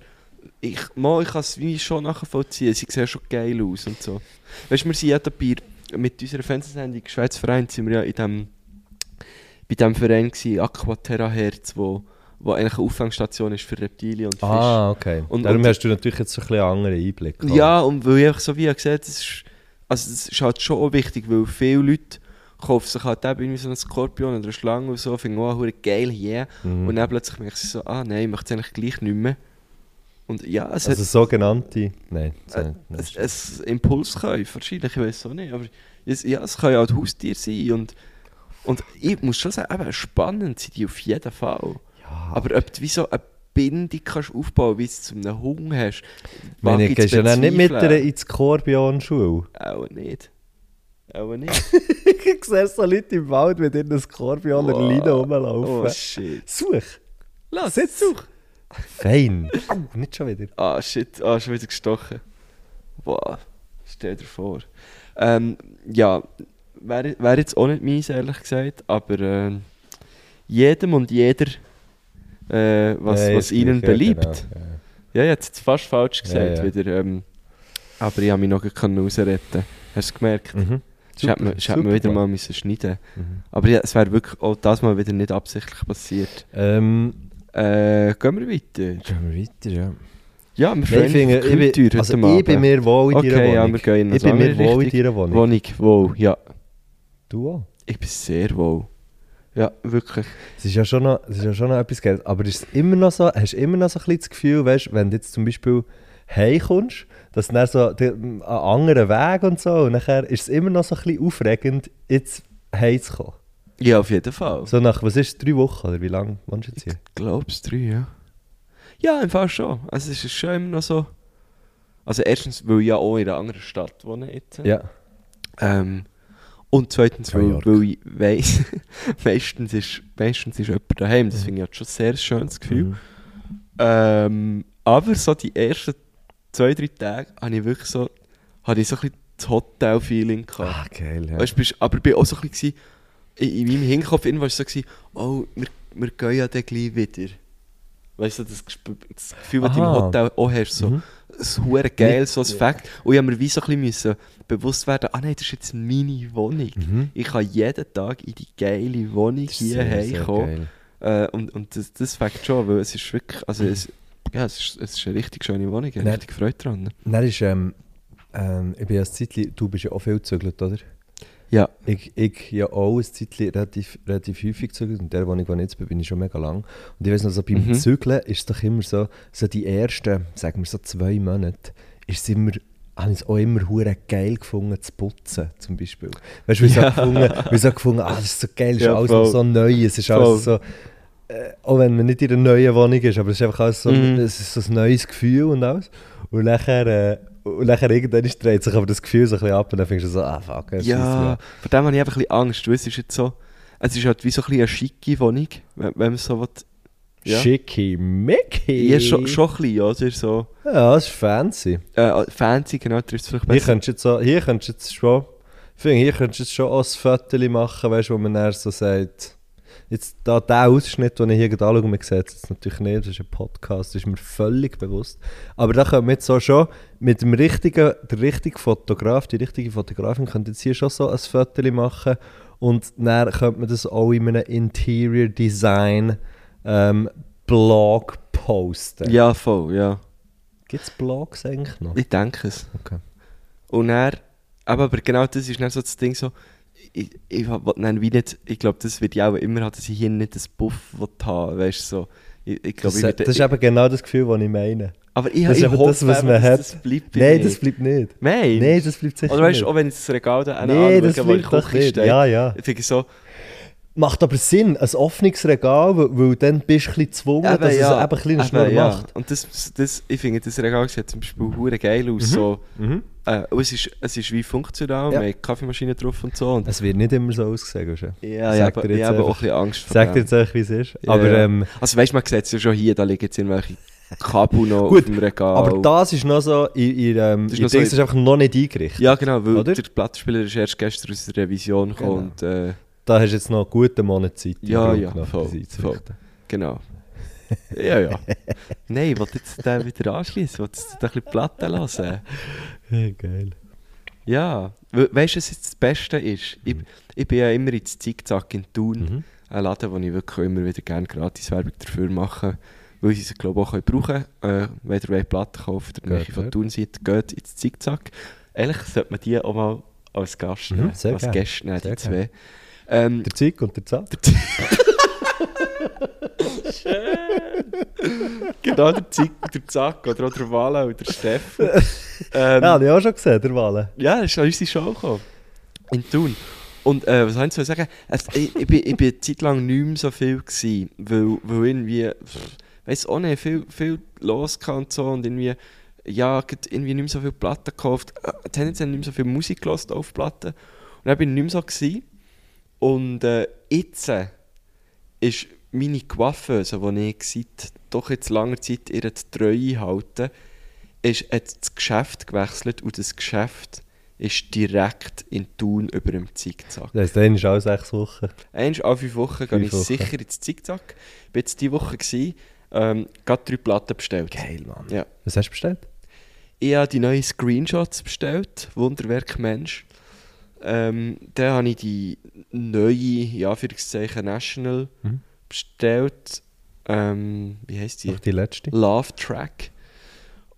Speaker 5: ich, mal, ich kann es wie schon nachvollziehen. Sie sehen schon geil aus und so. Weißt du, wir sind ja dabei, mit unserer Fernsehsendung Schweiz Verein sind wir ja in dem, bei dem Verein gewesen, Aquaterra Herz, wo, wo eigentlich eine Auffangstation ist für Reptilien und Fische.
Speaker 6: Ah, okay.
Speaker 5: Und-
Speaker 6: Darum
Speaker 5: und-
Speaker 6: hast du natürlich jetzt so ein bisschen anderen Einblick. gehabt.
Speaker 5: Ja, und weil ich einfach so wie ich gesagt das ist, also das ist halt schon auch wichtig, weil viele Leute kaufen sich halt eben irgendwie so einen Skorpion oder eine Schlange und so, finden, oh, hure geil hier.
Speaker 6: Mhm.
Speaker 5: Und dann plötzlich merken sie so, ah nein, ich möchte es eigentlich gleich nicht mehr. Und ja, es
Speaker 6: Also
Speaker 5: hat
Speaker 6: sogenannte... Nein, das
Speaker 5: äh,
Speaker 6: nicht. Nein.
Speaker 5: es, ein Impulskäufe, wahrscheinlich, ich weiß auch nicht. Aber es, ja, es können halt Haustiere sein und, und ich muss schon sagen, eben, spannend sind die auf jeden Fall.
Speaker 6: Ja.
Speaker 5: Aber ob du wie so eine Bindung kannst aufbauen kannst, wie du es zu einem Hund hast,
Speaker 6: Ich meine,
Speaker 5: wage
Speaker 6: du
Speaker 5: ich
Speaker 6: gehst
Speaker 5: zu
Speaker 6: ja dann nicht mit
Speaker 5: bezweifeln.
Speaker 6: einer in die Skorpion-Schule.
Speaker 5: Auch nicht. Auch nicht.
Speaker 6: ich sehe so Leute im Wald mit ihren Skorpion
Speaker 5: Wow.
Speaker 6: und Leinen rumlaufen.
Speaker 5: Oh shit.
Speaker 6: Such!
Speaker 5: Lass
Speaker 6: Sitz such! Fein! Au, nicht schon wieder.
Speaker 5: Ah shit, ah schon wieder gestochen. Wow, stell dir vor. Ähm, ja, wäre wär jetzt auch nicht meins, ehrlich gesagt, aber ähm, jedem und jeder, äh, was,
Speaker 6: Nein,
Speaker 5: was
Speaker 6: ist
Speaker 5: ihnen
Speaker 6: gut, ja,
Speaker 5: beliebt.
Speaker 6: genau, ja.
Speaker 5: Ja, ich hätte es fast falsch gesagt
Speaker 6: ja.
Speaker 5: wieder. Ähm, aber ich habe mich noch nicht rausretten können. Hast du es gemerkt?
Speaker 6: Mhm.
Speaker 5: Ich hätte mir-
Speaker 6: Super,
Speaker 5: ich hätte mir
Speaker 6: super
Speaker 5: wieder
Speaker 6: gemacht.
Speaker 5: mal müssen schneiden
Speaker 6: Mhm.
Speaker 5: Aber ja, es wäre wirklich auch das mal wieder nicht absichtlich passiert.
Speaker 6: Ähm,
Speaker 5: Äh, gehen wir weiter.
Speaker 6: gehen wir weiter, ja.
Speaker 5: Ja, wir
Speaker 6: Nein,
Speaker 5: freuen
Speaker 6: ich finde,
Speaker 5: uns auf die
Speaker 6: ich bin,
Speaker 5: Kultur
Speaker 6: also
Speaker 5: heute
Speaker 6: ich bin
Speaker 5: Abend.
Speaker 6: mir wohl in
Speaker 5: Okay,
Speaker 6: deiner
Speaker 5: ja,
Speaker 6: Wohnung.
Speaker 5: wir gehen in
Speaker 6: ich bin
Speaker 5: eine
Speaker 6: mir wohl in
Speaker 5: Richtung.
Speaker 6: deiner Wohnung.
Speaker 5: Wohnung, wohl, ja.
Speaker 6: Du auch.
Speaker 5: Ich bin sehr wohl. Ja, wirklich.
Speaker 6: Es ist ja schon noch, es ist ja schon noch etwas Geld, aber ist es immer noch so, hast du immer noch so ein bisschen das Gefühl, weißt, wenn du jetzt zum Beispiel heimkommst, dass du dann so die- m, einen anderen Weg und so, und nachher ist es immer noch so ein bisschen aufregend, jetzt heimzukommen.
Speaker 5: Ja, auf jeden Fall.
Speaker 6: So nach, was ist es, drei Wochen oder wie lange wohnst du jetzt hier?
Speaker 5: Glaubst du, ja? Ja, im Fall schon. Also es ist schon immer noch so. Also erstens, weil ich ja auch in einer anderen Stadt wohne jetzt.
Speaker 6: Ja.
Speaker 5: Ähm, und zweitens,
Speaker 6: New
Speaker 5: weil,
Speaker 6: York.
Speaker 5: weil ich weiss, meistens ist, meistens ist jemand daheim.
Speaker 6: Mhm.
Speaker 5: Das finde ich halt schon ein sehr schönes Gefühl. Ähm, aber so die ersten zwei, drei Tage hatte ich wirklich so, hatte ich so ein bisschen das Hotel-Feeling. gehabt.
Speaker 6: Ah, geil, ja.
Speaker 5: Weißt, du, bist, aber ich bin auch so ein bisschen, in, in meinem Hinterkopf irgendwo war es so, gewesen, oh, wir, wir gehen ja dann gleich wieder. Weißt du, das, Gespür- das Gefühl, das du im
Speaker 6: Aha.
Speaker 5: Hotel auch hast, so,
Speaker 6: Mhm.
Speaker 5: es mhm. geil, so ein Fakt. Und ich habe mir wie so ein bisschen müssen bewusst werden, ah nein, das ist jetzt meine Wohnung.
Speaker 6: Mhm.
Speaker 5: Ich kann jeden Tag in die geile Wohnung
Speaker 6: Das ist
Speaker 5: hier
Speaker 6: sehr, sehr
Speaker 5: heimkommen.
Speaker 6: geil.
Speaker 5: Äh, und und das, das fängt schon, weil es ist wirklich, also es, ja, es, ist, es ist eine richtig schöne Wohnung, ich habe
Speaker 6: Mhm. Nein.
Speaker 5: richtig Freude dran. ne?
Speaker 6: Dann ist, ähm, ähm, ich bin ja ein Zeitchen, du bist ja auch viel gezögert, oder?
Speaker 5: Ja.
Speaker 6: Ich, ich ja auch ein Zeitchen relativ, relativ häufig gezögert. Und der, wo ich jetzt bin, bin ich schon mega lang. Und ich weiß noch, so beim
Speaker 5: Mhm.
Speaker 6: Zügeln ist es doch immer so, so die ersten, sagen wir so zwei Monate, ist es immer, habe ich es auch immer hure geil gefunden zu putzen, zum Beispiel. Weißt du, wir ja. gefunden, wir so gefunden, ah, das ist so geil, es ist
Speaker 5: Ja,
Speaker 6: alles noch
Speaker 5: voll.
Speaker 6: so neu, es ist alles so, äh, auch wenn man nicht in einer neuen Wohnung ist, aber es ist einfach alles so,
Speaker 5: Mhm.
Speaker 6: es ist so ein neues Gefühl und alles. Und nachher, äh, und nachher irgendwann ist- dreht sich aber das Gefühl so ein bisschen ab und dann findest du so, ah fuck, es scheisst mir
Speaker 5: Ja,
Speaker 6: an.
Speaker 5: vor dem habe ich einfach ein bisschen Angst, weil es ist jetzt so, es ist halt wie so ein bisschen eine schicke Wohnung, wenn, wenn man so will. Ja.
Speaker 6: Schicki Mickey.
Speaker 5: Ja, schon, schon ein bisschen, oder? So,
Speaker 6: Ja, das ist fancy.
Speaker 5: äh, fancy, genau, trifft es vielleicht
Speaker 6: Hier
Speaker 5: besser.
Speaker 6: könntest du jetzt, auch- hier könntest du jetzt schon, ich finde, hier könntest du jetzt schon auch ein Foto machen, weißt, wo man dann so sagt, jetzt da der Ausschnitt, den ich hier gerade anschaue, man sieht es jetzt natürlich nicht, das ist ein Podcast, das ist mir völlig bewusst. Aber da können wir jetzt auch schon mit dem richtigen, der richtige Fotograf, die richtige Fotografin könnte jetzt hier schon so ein Foto machen und dann könnte man das auch in einem Interior Design ähm, Blog posten.
Speaker 5: Ja, voll, ja.
Speaker 6: Gibt es Blogs eigentlich noch?
Speaker 5: Ich denke es.
Speaker 6: Okay.
Speaker 5: Und er, aber, aber genau das ist dann so das Ding so, ich, ich, will dann wie nicht, ich glaube, das wird ich auch immer haben, dass ich hier nicht das Buff will haben, weißt du, so. Ich, ich
Speaker 6: Das,
Speaker 5: glaube, ich
Speaker 6: das
Speaker 5: werde,
Speaker 6: ist eben genau das Gefühl, das ich meine.
Speaker 5: aber ich,
Speaker 6: das ist
Speaker 5: ich
Speaker 6: eben
Speaker 5: hoffe,
Speaker 6: das, was
Speaker 5: eben,
Speaker 6: man
Speaker 5: dass
Speaker 6: hat.
Speaker 5: das bleibt bei
Speaker 6: Nein,
Speaker 5: mir.
Speaker 6: das bleibt nicht.
Speaker 5: Nein.
Speaker 6: Nein, das bleibt sicher
Speaker 5: Oder weißt du,
Speaker 6: nicht.
Speaker 5: auch wenn ich das Regal da
Speaker 6: Nein, das
Speaker 5: wo ich
Speaker 6: bleibt doch
Speaker 5: Küche
Speaker 6: nicht.
Speaker 5: steht,
Speaker 6: Ja, ja.
Speaker 5: ich finde so,
Speaker 6: Macht aber Sinn, ein offenes Regal, weil- weil dann bist du ein bisschen gezwungen,
Speaker 5: Eben,
Speaker 6: dass
Speaker 5: ja.
Speaker 6: es eben ein kleiner
Speaker 5: Eben,
Speaker 6: Schnur
Speaker 5: ja.
Speaker 6: macht.
Speaker 5: Und das, das, ich finde, das Regal sieht zum Beispiel hure geil aus. So, äh, und es, ist, es ist wie funktional,
Speaker 6: Mhm. Ja.
Speaker 5: wir haben Kaffeemaschine drauf und so. Und,
Speaker 6: Es wird nicht immer so aussehen, weißt du?
Speaker 5: ja,
Speaker 6: Sagt
Speaker 5: ich
Speaker 6: er
Speaker 5: habe ich
Speaker 6: jetzt
Speaker 5: habe auch ein
Speaker 6: einfach-
Speaker 5: bisschen Angst vor
Speaker 6: Sag dir
Speaker 5: dem.
Speaker 6: jetzt einfach, wie es ist.
Speaker 5: Ja,
Speaker 6: aber,
Speaker 5: ja.
Speaker 6: ähm,
Speaker 5: Also weißt du, man sieht es ja schon hier, da liegen jetzt irgendwelche Kabel noch
Speaker 6: Gut,
Speaker 5: auf dem Regal.
Speaker 6: aber das ist noch so, in, in, ähm, das ist,
Speaker 5: Das ist noch
Speaker 6: in
Speaker 5: so-
Speaker 6: Dings ist einfach noch nicht eingerichtet.
Speaker 5: ja genau, weil
Speaker 6: Oder? Genau.
Speaker 5: der Plattenspieler ist erst gestern aus der Revision gekommen und äh,
Speaker 6: Da hast du jetzt noch einen guten Monat Zeit. im
Speaker 5: Ja,
Speaker 6: Grunde
Speaker 5: ja,
Speaker 6: genommen,
Speaker 5: voll,
Speaker 6: das einzurichten.
Speaker 5: genau. Ja, ja. Nein, ich wollte jetzt den wieder anschließen, wollte jetzt da ein bisschen Platten lassen.
Speaker 6: Ja, geil.
Speaker 5: Ja, we weißt du, was jetzt das Beste ist? Ich, ich bin ja immer ins Zickzack in Thun,
Speaker 6: Mhm.
Speaker 5: ein Laden, wo ich wirklich auch immer wieder gerne gratis Werbung dafür mache, weil sie sie, glaube ich, auch können brauchen können. Äh, wenn ihr wollt, Platten kauft oder
Speaker 6: Geht
Speaker 5: welche von
Speaker 6: dort.
Speaker 5: Thun seid, geht ins Zickzack. Ehrlich sollte man die auch mal als Gast
Speaker 6: Mhm,
Speaker 5: nehmen,
Speaker 6: sehr
Speaker 5: als
Speaker 6: gerne.
Speaker 5: Gäste nehmen, die
Speaker 6: Sehr
Speaker 5: zwei. Ähm,
Speaker 6: Der Zick und der Zahn.
Speaker 5: genau, der Zick, der Zack oder auch der Wala oder der Steffen. Ähm,
Speaker 6: Ja, habe ich auch schon gesehen, der Wale.
Speaker 5: Ja, das ist an unsere Show gekommen. In Thun. Und äh, was soll ich sagen? Es, ich, ich, bin, ich bin eine Zeit lang nicht mehr so viel gewesen, weil, weil irgendwie, weiß auch nicht, viel, viel los gehabt und so und irgendwie, ja, gerade irgendwie nicht mehr so viel Platten gekauft, äh, tendenziell nicht mehr so viel Musik gehört auf Platten. Und dann bin ich nicht mehr so gewesen. Und äh, jetzt äh, ist meine Coiffeuse, die ich seit doch jetzt langer Zeit ihre Treue halte, ist hat das Geschäft gewechselt und das Geschäft ist direkt in Thun über dem Zickzack.
Speaker 6: Das heisst, dann ist auch sechs Wochen.
Speaker 5: Eins alle fünf Wochen gehe
Speaker 6: Fünf
Speaker 5: ich
Speaker 6: Wochen.
Speaker 5: sicher ins Zickzack. Ich war jetzt diese Woche, gewesen, ähm, gerade drei Platten bestellt.
Speaker 6: Geil, Mann.
Speaker 5: Ja.
Speaker 6: Was hast du bestellt?
Speaker 5: Ich habe die neuen Screenshots bestellt, Wunderwerk Mensch. Ähm, dann habe ich die neue, in Anführungszeichen, National
Speaker 6: Mhm.
Speaker 5: bestellt. Ähm, wie heisst die?
Speaker 6: Noch die letzte.
Speaker 5: Love Track.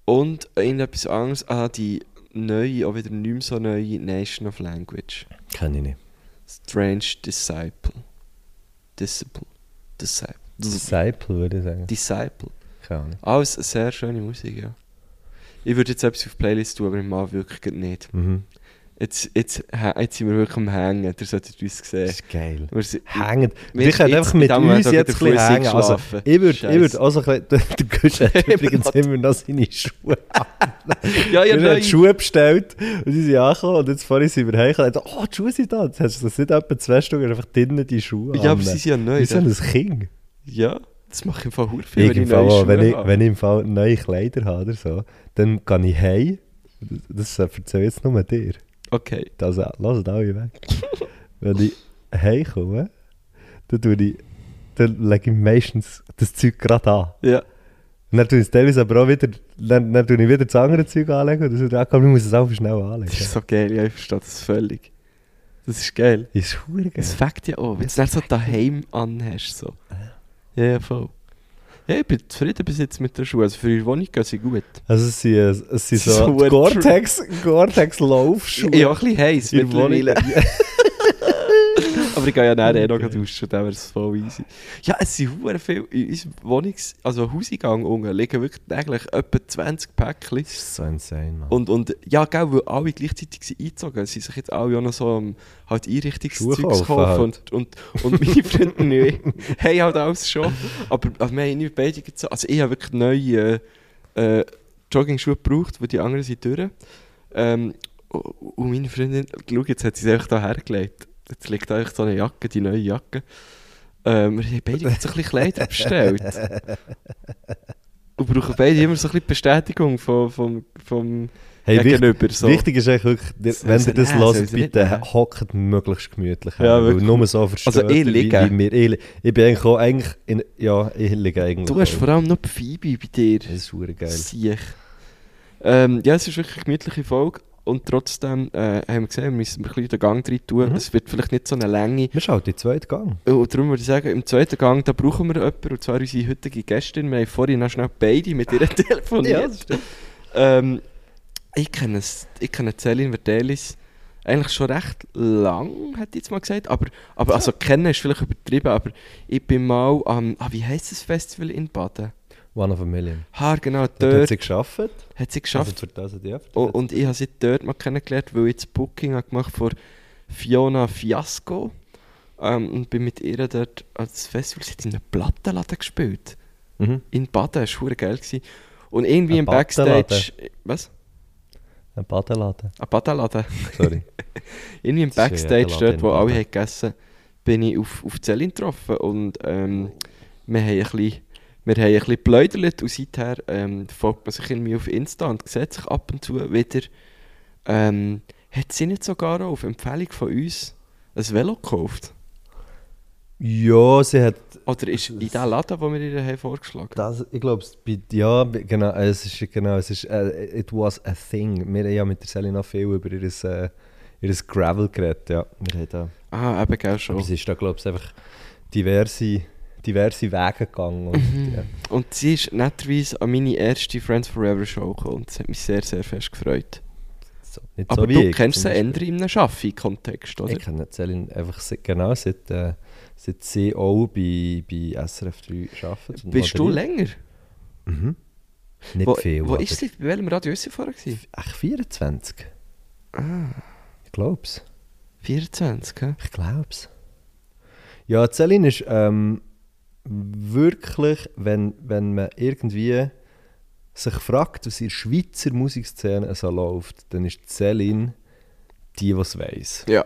Speaker 5: Und irgendetwas anderes, ah, die neue, auch wieder nicht mehr so neue Nation of Language.
Speaker 6: Kenne ich nicht.
Speaker 5: Strange Disciple. Disciple. Disciple.
Speaker 6: Disciple würde ich sagen.
Speaker 5: Disciple.
Speaker 6: Keine Ahnung.
Speaker 5: Alles sehr schöne Musik, ja. Ich würde jetzt etwas auf die Playlist tun, aber ich mag wirklich gerade nicht.
Speaker 6: Mhm.
Speaker 5: Jetzt, jetzt, hä- jetzt sind wir wirklich am Hängen, ihr solltet uns sehen.
Speaker 6: Das ist geil.
Speaker 5: Wir sind,
Speaker 6: Hängend.
Speaker 5: Wir-
Speaker 6: Wir können
Speaker 5: jetzt-
Speaker 6: einfach
Speaker 5: in
Speaker 6: mit
Speaker 5: dem Moment
Speaker 6: uns
Speaker 5: habe ich
Speaker 6: jetzt ein bisschen
Speaker 5: den
Speaker 6: hängen.
Speaker 5: Fuß
Speaker 6: Also,
Speaker 5: eingeschlafen.
Speaker 6: ich würde
Speaker 5: Scheiße.
Speaker 6: würd auch so ein bisschen... Der Gusch hat übrigens immer noch seine Schuhe.
Speaker 5: Ah, ja, ja,
Speaker 6: Ja, hat
Speaker 5: nein.
Speaker 6: die Schuhe bestellt und die sind angekommen und jetzt vorhin sind wir heimgekommen und haben gesagt, oh, die Schuhe sind da. Jetzt hast du das nicht etwa zwei Stunden einfach drinnen die Schuhe
Speaker 5: Ja, aber
Speaker 6: an.
Speaker 5: sie sind ja neu.
Speaker 6: Wie so
Speaker 5: da.
Speaker 6: ein Kind.
Speaker 5: Ja, das mache ich im Fall verdammt viel,
Speaker 6: Ich
Speaker 5: wenn
Speaker 6: im
Speaker 5: ich
Speaker 6: Fall
Speaker 5: neue
Speaker 6: auch,
Speaker 5: Schuhe
Speaker 6: wenn, ich,
Speaker 5: habe.
Speaker 6: wenn ich im Fall neue Kleider habe oder so, dann gehe ich heim. Das das erzähle ich jetzt nur dir.
Speaker 5: Okay.
Speaker 6: Das lassen alle weg. Wenn ich heimkomme, dann, tue ich, dann lege ich meistens das Zeug gerade an.
Speaker 5: Ja.
Speaker 6: Und dann tue ich es teilweise aber auch wieder, dann, dann tue ich wieder das andere Zeug anlegen. Und dann sage ich, ah, komm, ich muss es auch schnell anlegen.
Speaker 5: Das ist so geil, ja, ich verstehe das völlig. Das ist geil.
Speaker 6: Ist verdammt geil.
Speaker 5: Es fängt ja an, wenn du es dann so daheim anhast. So. Ja, ja, voll. Ja, ich bin zufrieden bis jetzt mit der Schuhe. Also für die Wohnung gehen sie gut.
Speaker 6: Also es sind, es sind
Speaker 5: Sie sind
Speaker 6: so
Speaker 5: verdammt-
Speaker 6: Gore-Tex, Gore-Tex-Laufschuhe.
Speaker 5: Ja, ein bisschen heiß
Speaker 6: In der Wohnung.
Speaker 5: mittlerweile. Aber ich gehe ja nachher eh noch duschen, dann wäre es voll easy. Ja, es sind sehr viel. In unserem Wohnungs-, also Hauseingang unten liegen wirklich täglich etwa 20 Päckchen.
Speaker 6: Das ist so insane, Mann.
Speaker 5: Und, und ja, gell, weil alle gleichzeitig sind eingezogen. Sie sich jetzt alle auch noch so um, halt Einrichtungszeugs
Speaker 6: Schuhe kaufen
Speaker 5: kaufen. Und, und, und meine Freunde neu haben halt alles schon. Aber, aber wir haben nicht beide gezogen. Also ich habe wirklich neue äh, äh, Jogging-Schuhe gebraucht, weil die anderen sind durch. Ähm, und meine Freundin, schau, jetzt hat sie es einfach da hergelegt. Jetzt liegt da einfach so eine Jacke, die neue Jacke. Ähm, wir haben beide jetzt so ein bisschen Kleider bestellt. Und brauchen beide immer so ein bisschen Bestätigung vom, vom, vom
Speaker 6: Hey, wichtig-
Speaker 5: Gegenüber. So.
Speaker 6: Wichtig ist eigentlich wirklich, der-
Speaker 5: Soll
Speaker 6: wenn
Speaker 5: sie
Speaker 6: ihr das
Speaker 5: nehmen, soll
Speaker 6: hört,
Speaker 5: sie nicht
Speaker 6: bitte
Speaker 5: nehmen?
Speaker 6: hockt möglichst gemütlich.
Speaker 5: Ja,
Speaker 6: her, weil
Speaker 5: wirklich.
Speaker 6: Nur so versteht
Speaker 5: Also, ich
Speaker 6: ihr, wie-
Speaker 5: liege.
Speaker 6: Wie, wir, ich, li- ich bin eigentlich auch eigentlich, in, ja, ich liege eigentlich.
Speaker 5: Du hast
Speaker 6: auch.
Speaker 5: vor allem noch die Phoebe bei dir.
Speaker 6: Das ist verdammt geil.
Speaker 5: Siech. Ähm, ja, es ist wirklich eine gemütliche Folge. Und trotzdem äh, haben wir gesehen, wir müssen ein bisschen den Gang rein tun.
Speaker 6: Mhm.
Speaker 5: Es wird vielleicht nicht so eine Länge.
Speaker 6: Wir schauen den zweiten Gang.
Speaker 5: Und darum würde ich sagen, im zweiten Gang, da brauchen wir jemanden, und zwar unsere heutige Gästin. Wir haben vorhin noch schnell beide mit ihr telefoniert. ähm, ich kenne es- ich kenne Celine Verdelis eigentlich schon recht lang, hätte ich jetzt mal gesagt. Aber, aber also kennen ist vielleicht übertrieben, aber ich bin mal am, ah, wie heisst das Festival in Baden?
Speaker 6: One of a Million.
Speaker 5: Ha, genau,
Speaker 6: Dort hat
Speaker 5: dort
Speaker 6: sie geschafft.
Speaker 5: hat sie
Speaker 6: Also
Speaker 5: geschafft.
Speaker 6: für das hat ja.
Speaker 5: O- Oh, und ich habe sie dort mal kennengelernt, weil ich das Booking habe gemacht von Fiona Fiasco. Ähm, und bin mit ihr dort als Festival, sie hat in einem Plattenladen gespielt.
Speaker 6: Mhm.
Speaker 5: In Baden, das war verdammt geil. Gewesen. Und irgendwie
Speaker 6: Ein
Speaker 5: im Backstage... Was?
Speaker 6: Ein Badeladen.
Speaker 5: Ein Badenladen?
Speaker 6: Sorry.
Speaker 5: Irgendwie im
Speaker 6: Das ist ja
Speaker 5: Backstage,
Speaker 6: jeder Laden
Speaker 5: dort, wo
Speaker 6: in
Speaker 5: alle
Speaker 6: Baden.
Speaker 5: haben gegessen bin ich auf, auf Zellin getroffen und ähm, wir haben ein bisschen, wir haben ein bisschen geplaudert und seither ähm, folgt man sich irgendwie auf Insta und sieht sich ab und zu wieder. Ähm, hat sie nicht sogar auch auf Empfehlung von uns ein Velo gekauft?
Speaker 6: ja, sie hat
Speaker 5: Oder ist in diesem Laden, den wir ihr haben vorgeschlagen
Speaker 6: Das, ich glaube, ja, bei- genau, es ist, genau, es ist, äh, it was a thing. Wir haben ja mit der Selina viel über ihr, äh, ihr Gravel geredet, ja. Wir haben da,
Speaker 5: Ah, eben, gell,
Speaker 6: aber
Speaker 5: schon.
Speaker 6: sie ist da, glaube ich, einfach diverse, diverse Wege gegangen. Und, ja.
Speaker 5: Und sie ist netterweise an meine erste Friends Forever Show gekommen und das hat mich sehr, sehr fest gefreut.
Speaker 6: so, nicht
Speaker 5: Aber
Speaker 6: so wie
Speaker 5: du
Speaker 6: ich,
Speaker 5: kennst
Speaker 6: zum
Speaker 5: sie
Speaker 6: Beispiel.
Speaker 5: ändern in einem Schaffi-Kontext, oder?
Speaker 6: Ich kenne Selina einfach, seit, genau, seit, äh, seit sie auch bei, bei SRF3 arbeitet. und
Speaker 5: Bist du
Speaker 6: moderiert.
Speaker 5: länger?
Speaker 6: Mhm. Nicht
Speaker 5: wo,
Speaker 6: viel,
Speaker 5: Wo
Speaker 6: aber-
Speaker 5: ist sie? Bei welchem Radio ist sie vorher? Gewesen?
Speaker 6: Ach, 24?
Speaker 5: Ah,
Speaker 6: Ich glaub's.
Speaker 5: 24, hä?
Speaker 6: Ich glaub's. Ja, die Celine ist ähm, wirklich, wenn, wenn man irgendwie sich fragt, was in der Schweizer Musikszene so läuft, dann ist die Celine die, die es weiss.
Speaker 5: Ja,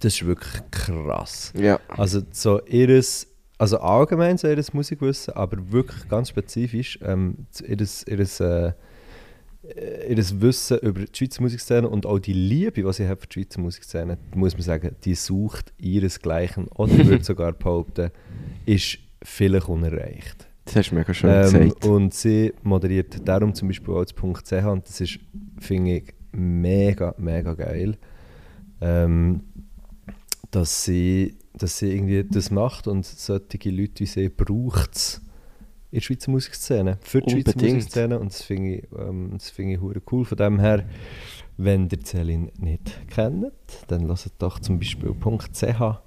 Speaker 6: Das ist wirklich krass.
Speaker 5: ja.
Speaker 6: Also so ihres, also allgemein so ihres Musikwissen, aber wirklich ganz spezifisch ähm, zu ihres, ihres, äh, ihres Wissen über die Schweizer Musikszene und auch die Liebe, die sie hat für die Schweizer Musikszene, muss man sagen, die sucht ihresgleichen oder ich würde sogar behaupten, ist vielleicht unerreicht.
Speaker 5: Das hast du mega schön
Speaker 6: Ähm,
Speaker 5: gesagt.
Speaker 6: und sie moderiert darum zum Beispiel auch das Punkt .ch und das ist, finde ich, mega, mega geil, ähm, dass, sie, dass sie irgendwie das macht und solche Leute wie sie braucht es in der Schweizer Musikszene, für die Schweizer
Speaker 5: Unbedingt.
Speaker 6: Musikszene und das finde ich, ähm, das finde ich hure cool. Von dem her, wenn ihr Celine nicht kennt, dann lasst doch zum Beispiel .ch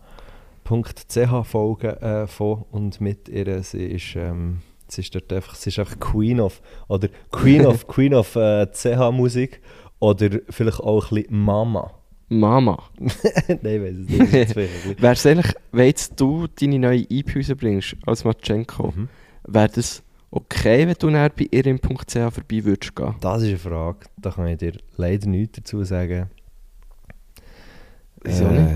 Speaker 6: .ch folgen äh, von und mit ihr. Sie ist, ähm, sie ist dort einfach, sie ist einfach Queen of oder Queen of Queen of äh, CH Musik oder vielleicht auch ein bisschen Mama.
Speaker 5: Mama,
Speaker 6: Nein, ich weiß es nicht. das ist vielleicht ein bisschen-
Speaker 5: wär's ehrlich, wenn jetzt du deine neue EP rausbringst als Matschenko,
Speaker 6: Mhm.
Speaker 5: wäre das okay, wenn du näher bei ihr im Punkt .ch vorbei würdest gehen?
Speaker 6: Das ist eine Frage, da kann ich dir leider nichts dazu sagen. Äh,
Speaker 5: Wieso nicht?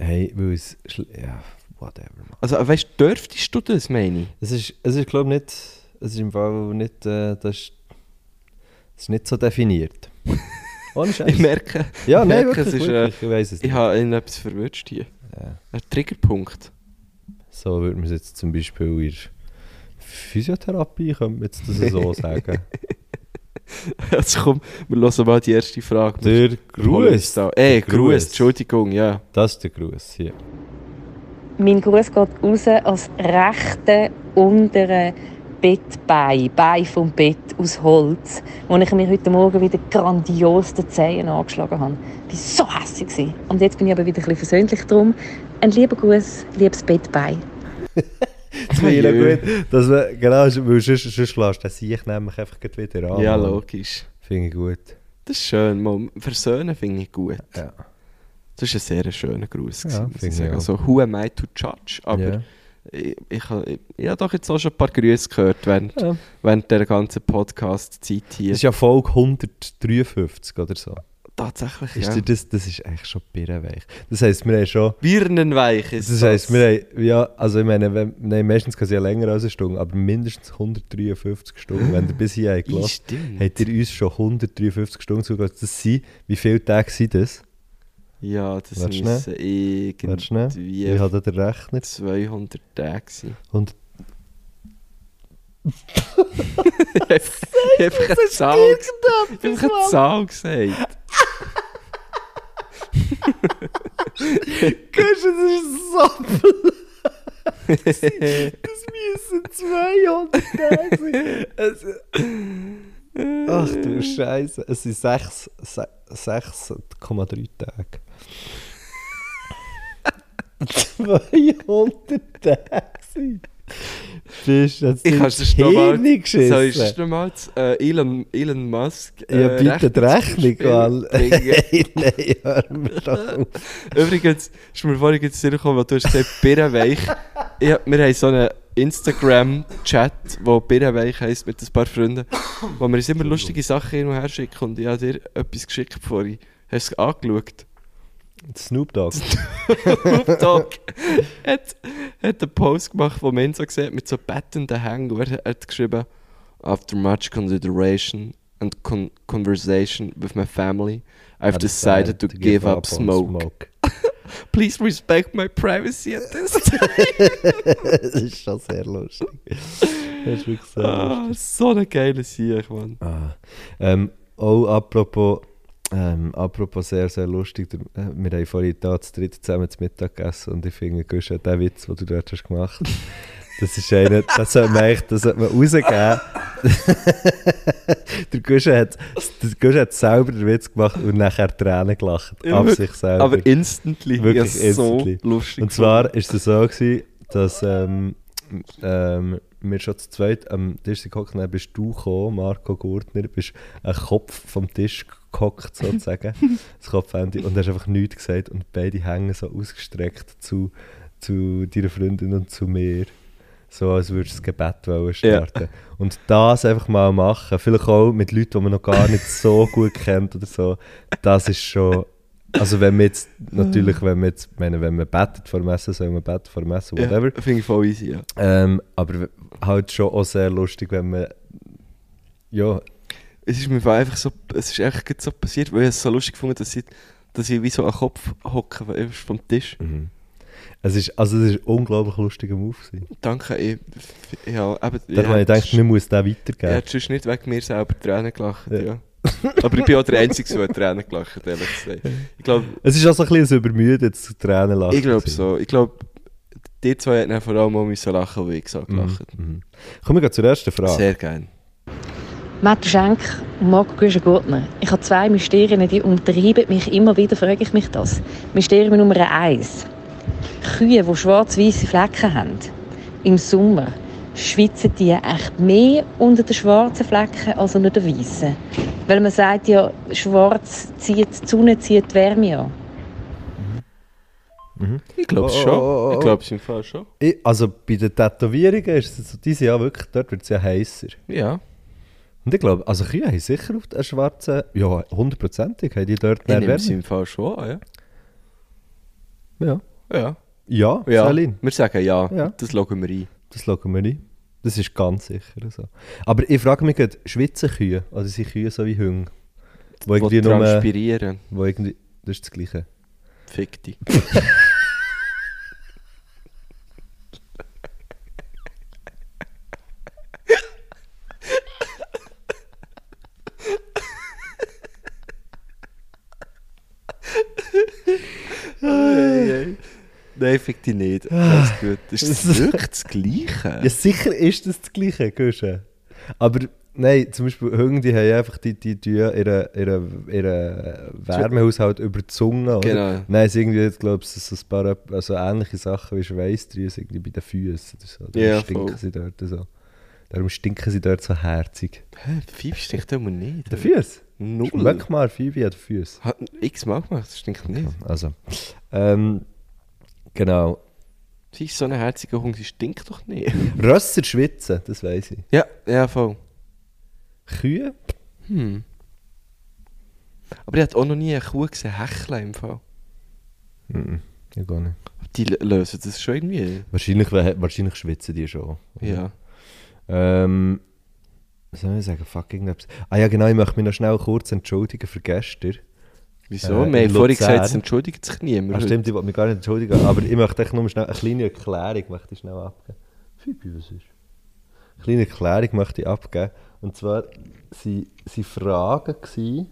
Speaker 6: Hey, weil es. schl- Ja, whatever. Man.
Speaker 5: Also, weißt du, dürftest du das, meine ich?
Speaker 6: Es ist, es ist glaube ich, nicht. Es ist im Fall nicht. Äh, das, ist, das ist nicht so definiert. Ohne Scheiß.
Speaker 5: Ich merke,
Speaker 6: ja, nein,
Speaker 5: merke,
Speaker 6: wirklich.
Speaker 5: es ist,
Speaker 6: wirklich ich weiß es
Speaker 5: ich
Speaker 6: nicht.
Speaker 5: habe ihn etwas verwünscht hier.
Speaker 6: Ja.
Speaker 5: Ein Triggerpunkt.
Speaker 6: So würde man es jetzt zum Beispiel in der Physiotherapie, könnte man jetzt das so sagen.
Speaker 5: Also komm, wir hören mal die erste Frage. Wir
Speaker 6: der
Speaker 5: holen
Speaker 6: Gruß.
Speaker 5: uns da. Äh, Ey,
Speaker 6: Gruß.
Speaker 5: Gruß, Entschuldigung, ja.
Speaker 6: Das ist der Gruß hier.
Speaker 1: Mein Gruß geht raus als rechte untere Bettbein, Bein vom Bett aus Holz, wo ich mir heute Morgen wieder grandios die Zehen angeschlagen habe. Ich war so hässlich. gewesen. Und jetzt bin ich aber wieder ein bisschen versöhnlich drum. Ein lieber Gruß, liebes Bettbein.
Speaker 6: Das finde ich noch gut. Dass man, genau, weil sonst, sonst lässt der Sieg nämlich einfach gleich wieder an.
Speaker 5: Ja,
Speaker 6: Ah, Mann.
Speaker 5: logisch.
Speaker 6: Finde ich gut.
Speaker 5: Das ist schön. Mal Versöhnen finde ich gut.
Speaker 6: Ja.
Speaker 5: Das ist ein sehr schöner Gruß.
Speaker 6: Ja,
Speaker 5: gewesen, muss
Speaker 6: finde
Speaker 5: ich
Speaker 6: ich
Speaker 5: sagen.
Speaker 6: auch.
Speaker 5: Also, who am I to judge? Aber
Speaker 6: Ja.
Speaker 5: ich, ich, ha- ich, ich habe doch jetzt auch schon ein paar Grüße gehört während,
Speaker 6: Ja.
Speaker 5: während der ganzen Podcast-Zeit hier.
Speaker 6: Das ist ja Folge 153 oder so.
Speaker 5: Tatsächlich,
Speaker 6: Ist
Speaker 5: ja.
Speaker 6: dir das, das ist eigentlich schon birrenweich. Das heisst, wir haben schon...
Speaker 5: Birnenweich ist
Speaker 6: Das heisst, wir haben, ja, also ich meine, wenn, nein, meistens kann es ja länger als eine Stunde, aber mindestens 153 Stunden, wenn ihr bis hier habt
Speaker 5: Ja,
Speaker 6: gelassen,
Speaker 5: stimmt.
Speaker 6: habt ihr uns schon 153 Stunden zugelassen. Das sind, wie viele Tage sind das?
Speaker 5: Ja, das
Speaker 6: Warte
Speaker 5: müssen
Speaker 6: Warte schnell,
Speaker 5: irgendwie
Speaker 6: wie hat der Rechner?
Speaker 5: 200 Tage sein.
Speaker 6: Und
Speaker 5: ich habe einfach eine Zahl, ich hab einfach eine Zahl gesagt.
Speaker 6: Gehst du, das ist so Das müssen 200 Tage sein. Es- Ach du Scheiße, es sind sechs- se- 6,3 Tage. 200 Tage sind. Bist jetzt
Speaker 5: Ich habe es nochmal... Soll ich es
Speaker 6: geschissen.
Speaker 5: nochmal... Äh, Elon, Elon Musk... Äh,
Speaker 6: Ja, bitte die Rechnung, Mann.
Speaker 5: Rechnungsspiel bringen.
Speaker 6: Hey, nein, hör mir doch auf.
Speaker 5: Übrigens, ist mir vorhin jetzt gekommen, weil du hast gesagt, Birrenweich. Ich, hab- wir haben so einen Instagram-Chat, wo Birrenweich heisst, mit ein paar Freunden, wo wir uns immer lustige Sachen hin und her schicken und ich habe dir etwas geschickt vorhin. Hast du es angeschaut?
Speaker 6: Snoop Dogg.
Speaker 5: Snoop Dogg hat, hat einen Post gemacht, wo man ihn so sieht, mit so bettenden Hängen. Und er hat geschrieben, «After much consideration and con conversation with my family, I've decided to give up
Speaker 6: on
Speaker 5: smoke. Please respect my privacy at this
Speaker 6: das ist schon sehr lustig. Das ist wirklich sehr lustig.
Speaker 5: Ah, so eine geile Sieg, Mann.
Speaker 6: Ah. Ähm, auch apropos, ähm, apropos sehr, sehr lustig. der- äh, Wir haben vorhin da zu dritt zusammen zu Mittag gegessen und ich finde, Gusch, der Witz, den du dort hast gemacht das ist einer, das sollte man echt, das sollte man rausgeben. der Gusch hat, der Gusch hat selber den Witz gemacht und nachher Tränen gelacht.
Speaker 5: Ja,
Speaker 6: Auf
Speaker 5: wirklich.
Speaker 6: sich selber.
Speaker 5: Aber instantly,
Speaker 6: Wirklich
Speaker 5: wirklich instantly.
Speaker 6: instantly.
Speaker 5: so lustig.
Speaker 6: Und zwar ist es so, gewesen, dass ähm, ähm, wir schon zu zweit am Tisch sind gehockt und dann bist du gekommen, Marco Gurtner, bist ein Kopf vom Tisch gehockt sozusagen, das Kopfende, und hast einfach nichts gesagt und beide hängen so ausgestreckt zu, zu deiner Freundin und zu mir. So als würdest du das Gebet wollen starten. Und das einfach mal machen, vielleicht auch mit Leuten, die man noch gar nicht so gut kennt oder so, das ist schon... Also wenn wir jetzt, natürlich, wenn wir jetzt, ich meine, wenn wir betet vor dem Essen, soll man beten vor dem Essen,
Speaker 5: Ja,
Speaker 6: whatever.
Speaker 5: Finde ich voll easy, ja.
Speaker 6: Ähm, aber w- halt schon auch sehr lustig, wenn man. Ja,
Speaker 5: Es ist mir voll einfach so, es ist echt gerade so passiert, weil ich es so lustig fand, dass ich, dass ich wie so einen Kopf hocke weil ich vom Tisch.
Speaker 6: mhm. es ist, also es ist ein unglaublich lustiger Move. Gewesen.
Speaker 5: Danke, ich, ah, ja, eben,
Speaker 6: Da habe ich gedacht, wir müssen den
Speaker 5: ich
Speaker 6: weitergeben.
Speaker 5: hätte sonst nicht wegen mir selber Tränen gelacht, ja.
Speaker 6: Ja.
Speaker 5: Aber ich bin auch der Einzige, der Tränen gelacht hat, ehrlich gesagt. Ich glaube,
Speaker 6: Es ist auch so ein bisschen ein übermüdet zu Tränen lachen.
Speaker 5: ich glaube
Speaker 6: gewesen.
Speaker 5: so. Ich glaube, die zwei hätten vor allem auch müssen lachen, weil ich gesagt gelacht.
Speaker 6: Mhm. Kommen wir gleich zur ersten Frage.
Speaker 5: Sehr gerne.
Speaker 1: Matthew Schenk und Marco Güschen-Gurtner. Ich habe zwei Mysterien, die umtreiben mich immer wieder, frage ich mich das. Mysterium Nummer eins: Kühe, die schwarz-weiße Flecken haben, im Sommer schwitzen die echt mehr unter den schwarzen Flecken als unter den weißen. Weil man sagt ja, schwarz zieht die Sonne, zieht die Wärme an.
Speaker 5: Ich
Speaker 6: Oh,
Speaker 5: glaube
Speaker 6: oh,
Speaker 5: schon.
Speaker 6: oh, oh,
Speaker 5: Ich
Speaker 6: oh.
Speaker 5: glaube es im Fall schon.
Speaker 6: Ich, also bei den Tätowierungen ist es so, dieses Jahr wirklich, dort wird es ja heißer.
Speaker 5: Ja.
Speaker 6: Und ich glaube, also Kühe haben sicher auf der schwarzen, ja, hundertprozentig haben die dort
Speaker 5: Ich
Speaker 6: mehr
Speaker 5: nehme es
Speaker 6: Wärme.
Speaker 5: im Fall schon an,
Speaker 6: Ja,
Speaker 5: ja. Ja.
Speaker 6: ja,
Speaker 5: ja.
Speaker 6: Salin.
Speaker 5: Wir sagen ja,
Speaker 6: Ja.
Speaker 5: das schauen wir ein.
Speaker 6: Das schauen wir nicht. Das ist ganz sicher so. Aber ich frage mich gerade, schwitzen Kühe? Also sind Kühe so wie Hunde? Wo
Speaker 5: Wo
Speaker 6: irgendwie nur...
Speaker 5: transpirieren.
Speaker 6: Wo irgendwie, das ist das Gleiche.
Speaker 5: Fick dich. Nein, fick dich nicht. Alles gut. Ist das wirklich das Gleiche?
Speaker 6: Ja, sicher ist das das Gleiche, Gusche. Aber nein, zum Beispiel Hunde, die haben einfach die, die, die ihre, ihre, ihre Wärmehaushalt über die Zunge. Oder?
Speaker 5: Genau.
Speaker 6: Nein, es ist irgendwie, ich glaube, es so ein paar also ähnliche Sachen wie Schweißdrüse irgendwie bei den Füßen oder so. Darum
Speaker 5: Ja,
Speaker 6: stinken
Speaker 5: voll.
Speaker 6: sie dort so. Darum stinken sie dort so herzig.
Speaker 5: Hä, Pfeif stinkt immer nicht.
Speaker 6: Der Füß?
Speaker 5: Null.
Speaker 6: Schmeck mal, Phoebe hat Füße.
Speaker 5: Hat x-mal gemacht, das stinkt nicht.
Speaker 6: Also, ähm, genau.
Speaker 5: Sie ist so ein herziger Hund, sie stinkt doch nicht.
Speaker 6: Rösser schwitzen, das weiß ich.
Speaker 5: Ja, ja, voll.
Speaker 6: Kühe?
Speaker 5: Hm. Aber ich hat auch noch nie eine Kuh gesehen, Hecheln im Fall.
Speaker 6: Mhm. Ja, gar nicht.
Speaker 5: Die lö- lösen das schon irgendwie.
Speaker 6: Wahrscheinlich, wahrscheinlich schwitzen die schon.
Speaker 5: Ja.
Speaker 6: Ähm, was soll ich sagen? Fucking Naps. Ah ja, genau, ich möchte mich noch schnell kurz entschuldigen für gestern.
Speaker 5: Wieso?
Speaker 6: Äh,
Speaker 5: Wir
Speaker 6: in
Speaker 5: haben vorhin
Speaker 6: Luzern.
Speaker 5: gesagt, es entschuldigt sich niemand.
Speaker 6: Ah, stimmt, ich wollte mich gar nicht entschuldigen, aber ich möchte echt nur schnell eine kleine Erklärung möchte ich schnell abgeben. Phoebe, was ist? Eine kleine Erklärung möchte ich abgeben. Und zwar waren sie Fragen gewesen,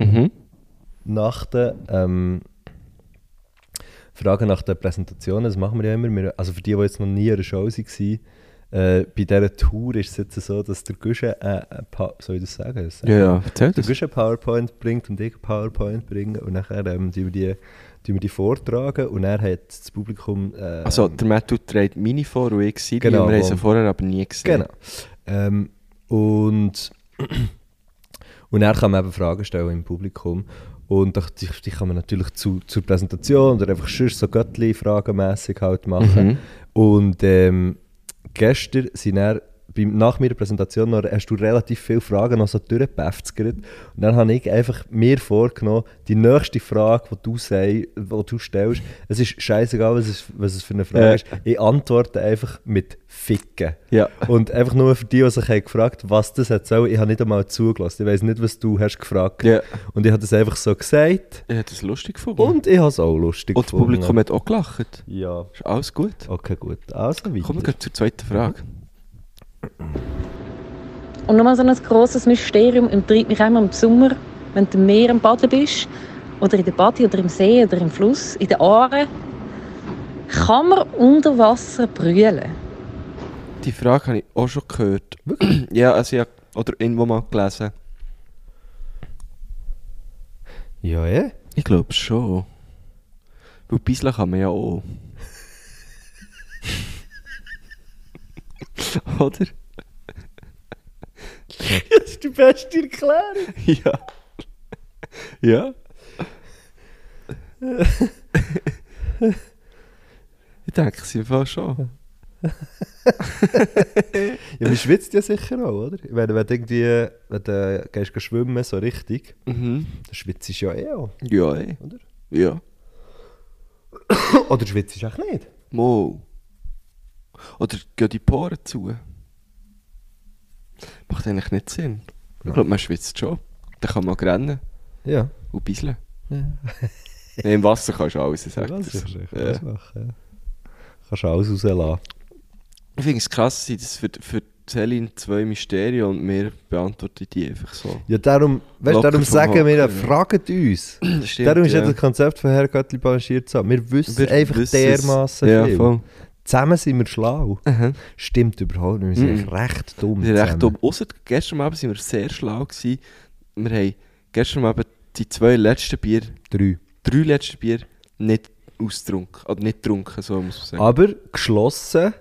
Speaker 5: Mhm.
Speaker 6: nach der ähm, Frage nach der Präsentation, das machen wir ja immer. Wir, also für die, die jetzt noch nie in einer Show waren, äh, bei dieser Tour ist es jetzt so, dass der Gusche, äh, äh, pa- soll ich das sagen? Das
Speaker 5: Ja, ja, erzähl
Speaker 6: Der
Speaker 5: das.
Speaker 6: Gusche PowerPoint bringt und ich PowerPoint bringe und nachher ähm, tun wir die, tun wir die vortragen und er hat das Publikum. Äh,
Speaker 5: Also, der Matthew trägt meine vor und ich sehe
Speaker 6: Genau,
Speaker 5: genau, wir haben sie
Speaker 6: wohl.
Speaker 5: vorher aber nie gesehen.
Speaker 6: Genau. Ähm, und, und er kann man eben Fragen stellen im Publikum. Und da- die, die kann man natürlich zu, zur Präsentation oder einfach sonst so göttli fragenmässig halt
Speaker 5: Genau. Mhm.
Speaker 6: machen. Und ähm, gestern sind er beim, nach meiner Präsentation noch, hast du relativ viele Fragen noch so durchgepäfft. gerade. Und dann habe ich einfach mir vorgenommen, die nächste Frage, die du, sei, die du stellst, es ist scheißegal, was es, was es für eine Frage
Speaker 5: Ja.
Speaker 6: ist, ich antworte einfach mit Ficken.
Speaker 5: Ja.
Speaker 6: Und einfach nur für die, die sich haben gefragt haben, was das hat sollen, ich habe nicht einmal zugelassen. Ich weiß nicht, was du hast gefragt.
Speaker 5: Ja.
Speaker 6: Und ich habe das einfach so gesagt.
Speaker 5: Ich habe das lustig gefunden. Und,
Speaker 6: Und ich habe es auch lustig
Speaker 5: das Publikum hat auch gelacht.
Speaker 6: Ja.
Speaker 5: Ist alles gut.
Speaker 6: Okay, gut. Also weiter.
Speaker 5: Kommen wir gleich zur zweiten Frage.
Speaker 1: Und nochmal so ein grosses Mysterium umtreibt mich einmal im Sommer, wenn du im Meer am Baden bist, oder in der Bade, oder im See, oder im Fluss, in den Aare. Kann man unter Wasser brüllen?
Speaker 5: Die Frage habe ich auch schon gehört. ja, also ich habe oder irgendwo mal gelesen.
Speaker 6: Ja, ja.
Speaker 5: Ich glaube schon. Weil Bisla kann man ja auch. Oder?
Speaker 6: Das ist die beste Erklärung.
Speaker 5: Ja. Ja. ich denke es einfach schon.
Speaker 6: Ja, man schwitzt ja sicher auch, oder? Ich meine, wenn du irgendwie, wenn du äh, gehst schwimmen, so richtig,
Speaker 5: Mhm.
Speaker 6: dann schwitzt du ja eh auch.
Speaker 5: Ja, ey.
Speaker 6: Oder?
Speaker 5: Ja.
Speaker 6: Oder schwitzt du auch nicht.
Speaker 5: Mo. Oder gehen die Poren zu? Macht eigentlich nicht Sinn. Ich glaube, man schwitzt schon. Dann kann man auch rennen
Speaker 6: Ja.
Speaker 5: und bisseln. Nein, im Wasser kannst du alles,
Speaker 6: Ja,
Speaker 5: sagt
Speaker 6: das
Speaker 5: er.
Speaker 6: ist richtig.
Speaker 5: Ja.
Speaker 6: Das machen, ja. Kannst du alles rauslassen.
Speaker 5: Ich finde es krass, dass für, für Celine zwei Mysterien und mir beantwortet die einfach so.
Speaker 6: Ja, darum, weißt,
Speaker 5: Locker
Speaker 6: darum
Speaker 5: vom
Speaker 6: sagen wir, ja,
Speaker 5: Hocker, ja.
Speaker 6: fragt uns.
Speaker 5: Stimmt,
Speaker 6: darum ist ja
Speaker 5: ja.
Speaker 6: das Konzept von Herr Göttli balanciert so. Wir wissen
Speaker 5: Wir
Speaker 6: einfach
Speaker 5: wissen es.
Speaker 6: dermaßen
Speaker 5: Ja,
Speaker 6: viel.
Speaker 5: voll.
Speaker 6: Zusammen sind wir schlau.
Speaker 5: Mhm.
Speaker 6: Stimmt überhaupt nicht. Wir sind
Speaker 5: Mhm.
Speaker 6: recht dumm.
Speaker 5: Wir sind recht
Speaker 6: zusammen.
Speaker 5: dumm. Ausser gestern Abend waren wir sehr schlau. Gewesen. Wir haben gestern Abend die zwei letzten Bier,
Speaker 6: Drei.
Speaker 5: drei letzten Bier nicht ausgetrunken. Oder nicht getrunken, so muss man sagen.
Speaker 6: Aber geschlossen,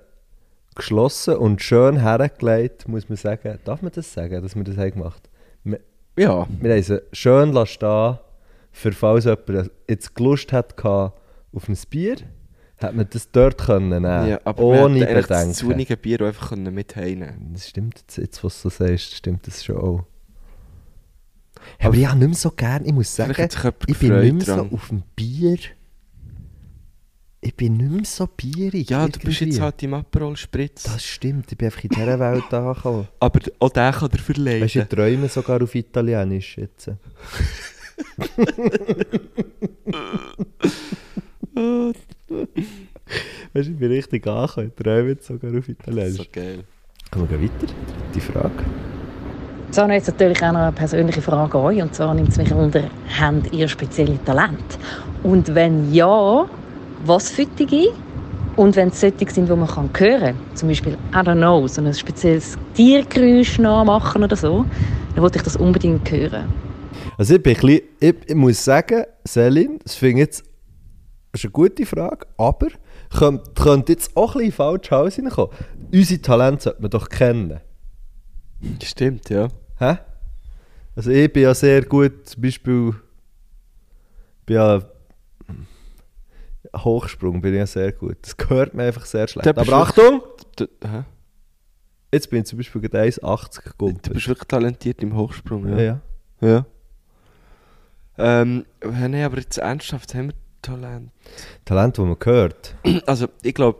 Speaker 6: geschlossen und schön hergelegt, muss man sagen. Darf man das sagen, dass wir das haben gemacht haben?
Speaker 5: Ah. Ja.
Speaker 6: Wir haben sie schön lassen stehen, für falls jemand jetzt Lust hat gehabt auf ein Bier, hat man das dort können nehmen
Speaker 5: ja aber
Speaker 6: ohne
Speaker 5: wir hätten eigentlich das
Speaker 6: Bedenken.
Speaker 5: zunige Bier auch einfach können mitnehmen
Speaker 6: Das stimmt jetzt, jetzt was du so sagst, stimmt das schon auch. Aber ich habe nicht mehr so gern, ich muss sagen,
Speaker 5: Vielleicht hat sich jemand
Speaker 6: ich bin nicht mehr
Speaker 5: gefreut
Speaker 6: so
Speaker 5: dran.
Speaker 6: auf dem Bier. Ich bin nicht mehr so bierig.
Speaker 5: Ja, du bist
Speaker 6: irgendwie.
Speaker 5: jetzt halt im Aperol Spritz.
Speaker 6: Das stimmt, ich bin einfach in dieser Welt angekommen.
Speaker 5: Aber auch den kann er verleiten.
Speaker 6: Weißt du, ich träume sogar auf Italienisch jetzt. weißt du, ich bin richtig angekommen, ich träume jetzt sogar auf
Speaker 5: das ist so
Speaker 6: Italienisch.
Speaker 5: geil.
Speaker 6: Kommen wir gehen weiter, die Frage.
Speaker 1: So, und jetzt natürlich auch noch eine persönliche Frage an euch. Und zwar nimmt es mich unter, habt ihr spezielle Talente? Und wenn ja, was für die? Und wenn es solche sind, die man kann hören kann, zum Beispiel, I don't know, so ein spezielles Tiergeräusch nachmachen oder so, dann wollte ich das unbedingt hören.
Speaker 6: Also ich, bin ein bisschen, ich, ich muss sagen, Selin, das finde ich jetzt das ist eine gute Frage, aber könnte, könnte jetzt auch ein bisschen falsch Haus reinkommen. Unsere Talente sollte man doch kennen.
Speaker 5: Stimmt, ja.
Speaker 6: Hä? Also ich bin ja sehr gut, zum Beispiel bin ja hm, Hochsprung bin ich ja sehr gut. Das gehört mir einfach sehr schlecht.
Speaker 5: Da bist
Speaker 6: Aber
Speaker 5: du-
Speaker 6: Achtung!
Speaker 5: Du, hä?
Speaker 6: Jetzt bin ich zum Beispiel gerade 1,80
Speaker 5: du bist
Speaker 6: gegumpelt.
Speaker 5: wirklich talentiert im Hochsprung,
Speaker 6: Ja,
Speaker 5: ja.
Speaker 6: ja.
Speaker 5: Ja. Ähm, ja, nee, aber jetzt ernsthaft haben wir Talent.
Speaker 6: Talent, das man hört.
Speaker 5: Also, ich glaube,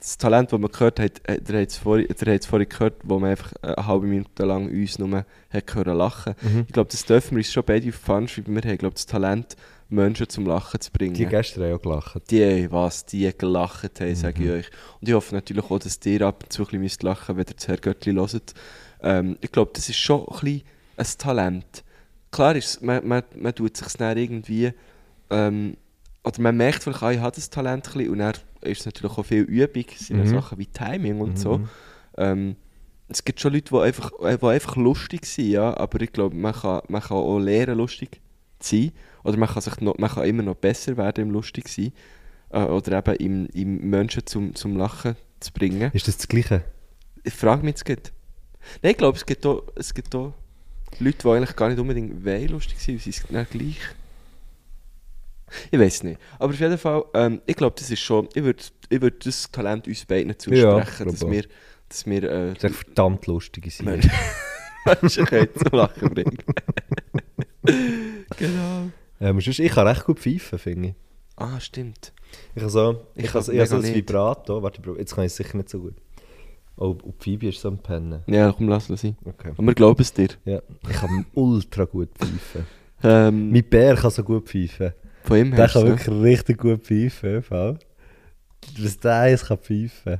Speaker 5: das Talent, das man gehört hat, äh, ihr habt es vorhin, ihr habt es vorhin gehört, wo man einfach äh, eine halbe Minute lang uns nur hat können lachen Ich glaube, das dürfen wir uns schon beide auf die Fahne schreiben. Wir haben, glaube das Talent, Menschen zum Lachen zu bringen.
Speaker 6: Die gestern haben ja gelacht.
Speaker 5: die, was die gelacht haben, sage ich euch. Und ich hoffe natürlich auch, dass ihr ab und zu ein bisschen müsst lachen wenn ihr das Herrgöttli hört. Ähm, ich glaube, das ist schon ein bisschen ein Talent. Klar ist, es- man, man, man tut sich dann irgendwie, ähm, oder man merkt vielleicht, ah, ich habe das Talent ein bisschen, und dann ist es natürlich auch viel Übung, es sind auch Sachen wie Timing und so. Ähm, es gibt schon Leute, die einfach, äh, die einfach lustig sind, ja, aber ich glaube, man kann, man kann auch lernen, lustig zu sein. Oder man kann, sich noch, man kann immer noch besser werden im lustig sein. Äh, oder eben im, im Menschen zum, zum Lachen zu bringen.
Speaker 6: Ist das das Gleiche?
Speaker 5: Ich frage mich, es gibt. Nein, ich glaube, es gibt auch, es gibt auch Leute, die eigentlich gar nicht unbedingt wollen, lustig sind, weil sie es dann gleich. Ich weiß nicht. Aber auf jeden Fall, ähm, ich glaube, das ist schon. Ich würde ich würd das Talent uns beiden zusprechen,
Speaker 6: glaub
Speaker 5: dass
Speaker 6: auch.
Speaker 5: wir. Dass wir äh,
Speaker 6: Das ist echt verdammt lustige Sache.
Speaker 5: Menschen Menschlichkeit zum Lachen bringen. genau.
Speaker 6: Ähm, sonst- ich kann recht gut pfeifen, finde ich.
Speaker 5: Ah, stimmt.
Speaker 6: Ich habe so, ich
Speaker 5: Ich
Speaker 6: habe
Speaker 5: glaub,
Speaker 6: so, ich habe so
Speaker 5: mega
Speaker 6: ein
Speaker 5: nicht.
Speaker 6: Vibrato. Warte, ich prob- jetzt kann ich es sicher nicht so gut. Oh, und Phoebe ist so am Pennen.
Speaker 5: Ja, komm, lass es sein.
Speaker 6: Okay.
Speaker 5: Und wir glauben es dir.
Speaker 6: Ja, ich kann ultra gut pfeifen.
Speaker 5: Ähm,
Speaker 6: mein Bär kann so gut pfeifen.
Speaker 5: von ihm
Speaker 6: Der
Speaker 5: her.
Speaker 6: kann wirklich richtig gut pfeifen. im Fall. Dass der jetzt kann pfeifen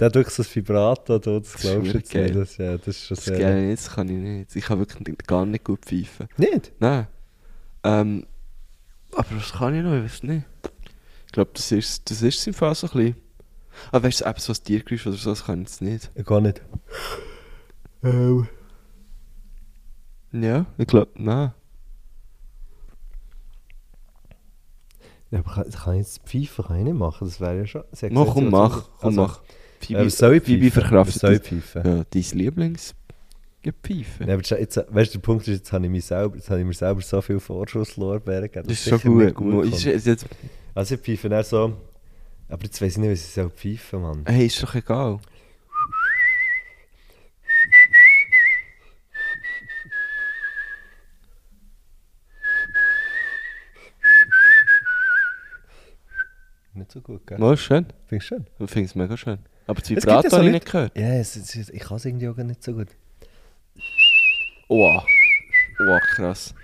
Speaker 6: Der hat wirklich so ein Vibrato, da, das
Speaker 5: ist
Speaker 6: glaubst du jetzt
Speaker 5: geil.
Speaker 6: nicht. Das, ja, das ist schon
Speaker 5: Das
Speaker 6: sehr...
Speaker 5: gerne jetzt kann ich nicht. Ich kann wirklich gar nicht gut pfeifen.
Speaker 6: Nicht?
Speaker 5: Nein. Ähm, aber was kann ich noch? Ich weiß nicht. Ich glaube, das ist, das ist im Fall so ein bisschen. Aber weißt du, eben so ein Tiergeräusch oder so, das kann ich jetzt nicht.
Speaker 6: Ich kann nicht. Oh.
Speaker 5: Ja, ich glaube, nein.
Speaker 6: Ja, aber kann, kann ich jetzt pfeifen? Kann ich nicht machen. Das wäre ja schon... sie hat
Speaker 5: Mach,
Speaker 6: gesagt,
Speaker 5: komm,
Speaker 6: sie will
Speaker 5: mach.
Speaker 6: so-
Speaker 5: Komm,
Speaker 6: also,
Speaker 5: mach.
Speaker 6: Äh, was soll ich
Speaker 5: Phoebe
Speaker 6: pfeifen?
Speaker 5: verkraftet
Speaker 6: Was soll ich
Speaker 5: das.
Speaker 6: pfeifen?
Speaker 5: Ja, dein Lieblings. Gepfeifen.
Speaker 6: Ja, aber schau, jetzt, weißt du, der Punkt ist, jetzt habe ich, mich selber, jetzt habe ich mir selber so viel Vorschusslorbeeren gegeben.
Speaker 5: Das ist
Speaker 6: sicher
Speaker 5: schon gut.
Speaker 6: nicht
Speaker 5: gut
Speaker 6: kommt.
Speaker 5: ist, ist jetzt,
Speaker 6: Also ich pfeife dann so... Aber jetzt weiss ich nicht, was ich soll pfeifen Mann.
Speaker 5: hey, ist doch egal.
Speaker 6: Nicht so gut, gell?
Speaker 5: Mal schön.
Speaker 6: Findest du schön?
Speaker 5: Ich finde es mega schön. Aber das
Speaker 6: Es gibt ja
Speaker 5: Vibrato
Speaker 6: so
Speaker 5: habe ich
Speaker 6: Leute-
Speaker 5: nicht gehört.
Speaker 6: Ja, es, es, es, ich kann es irgendwie auch gar nicht so gut.
Speaker 5: Wow. Wow, krass.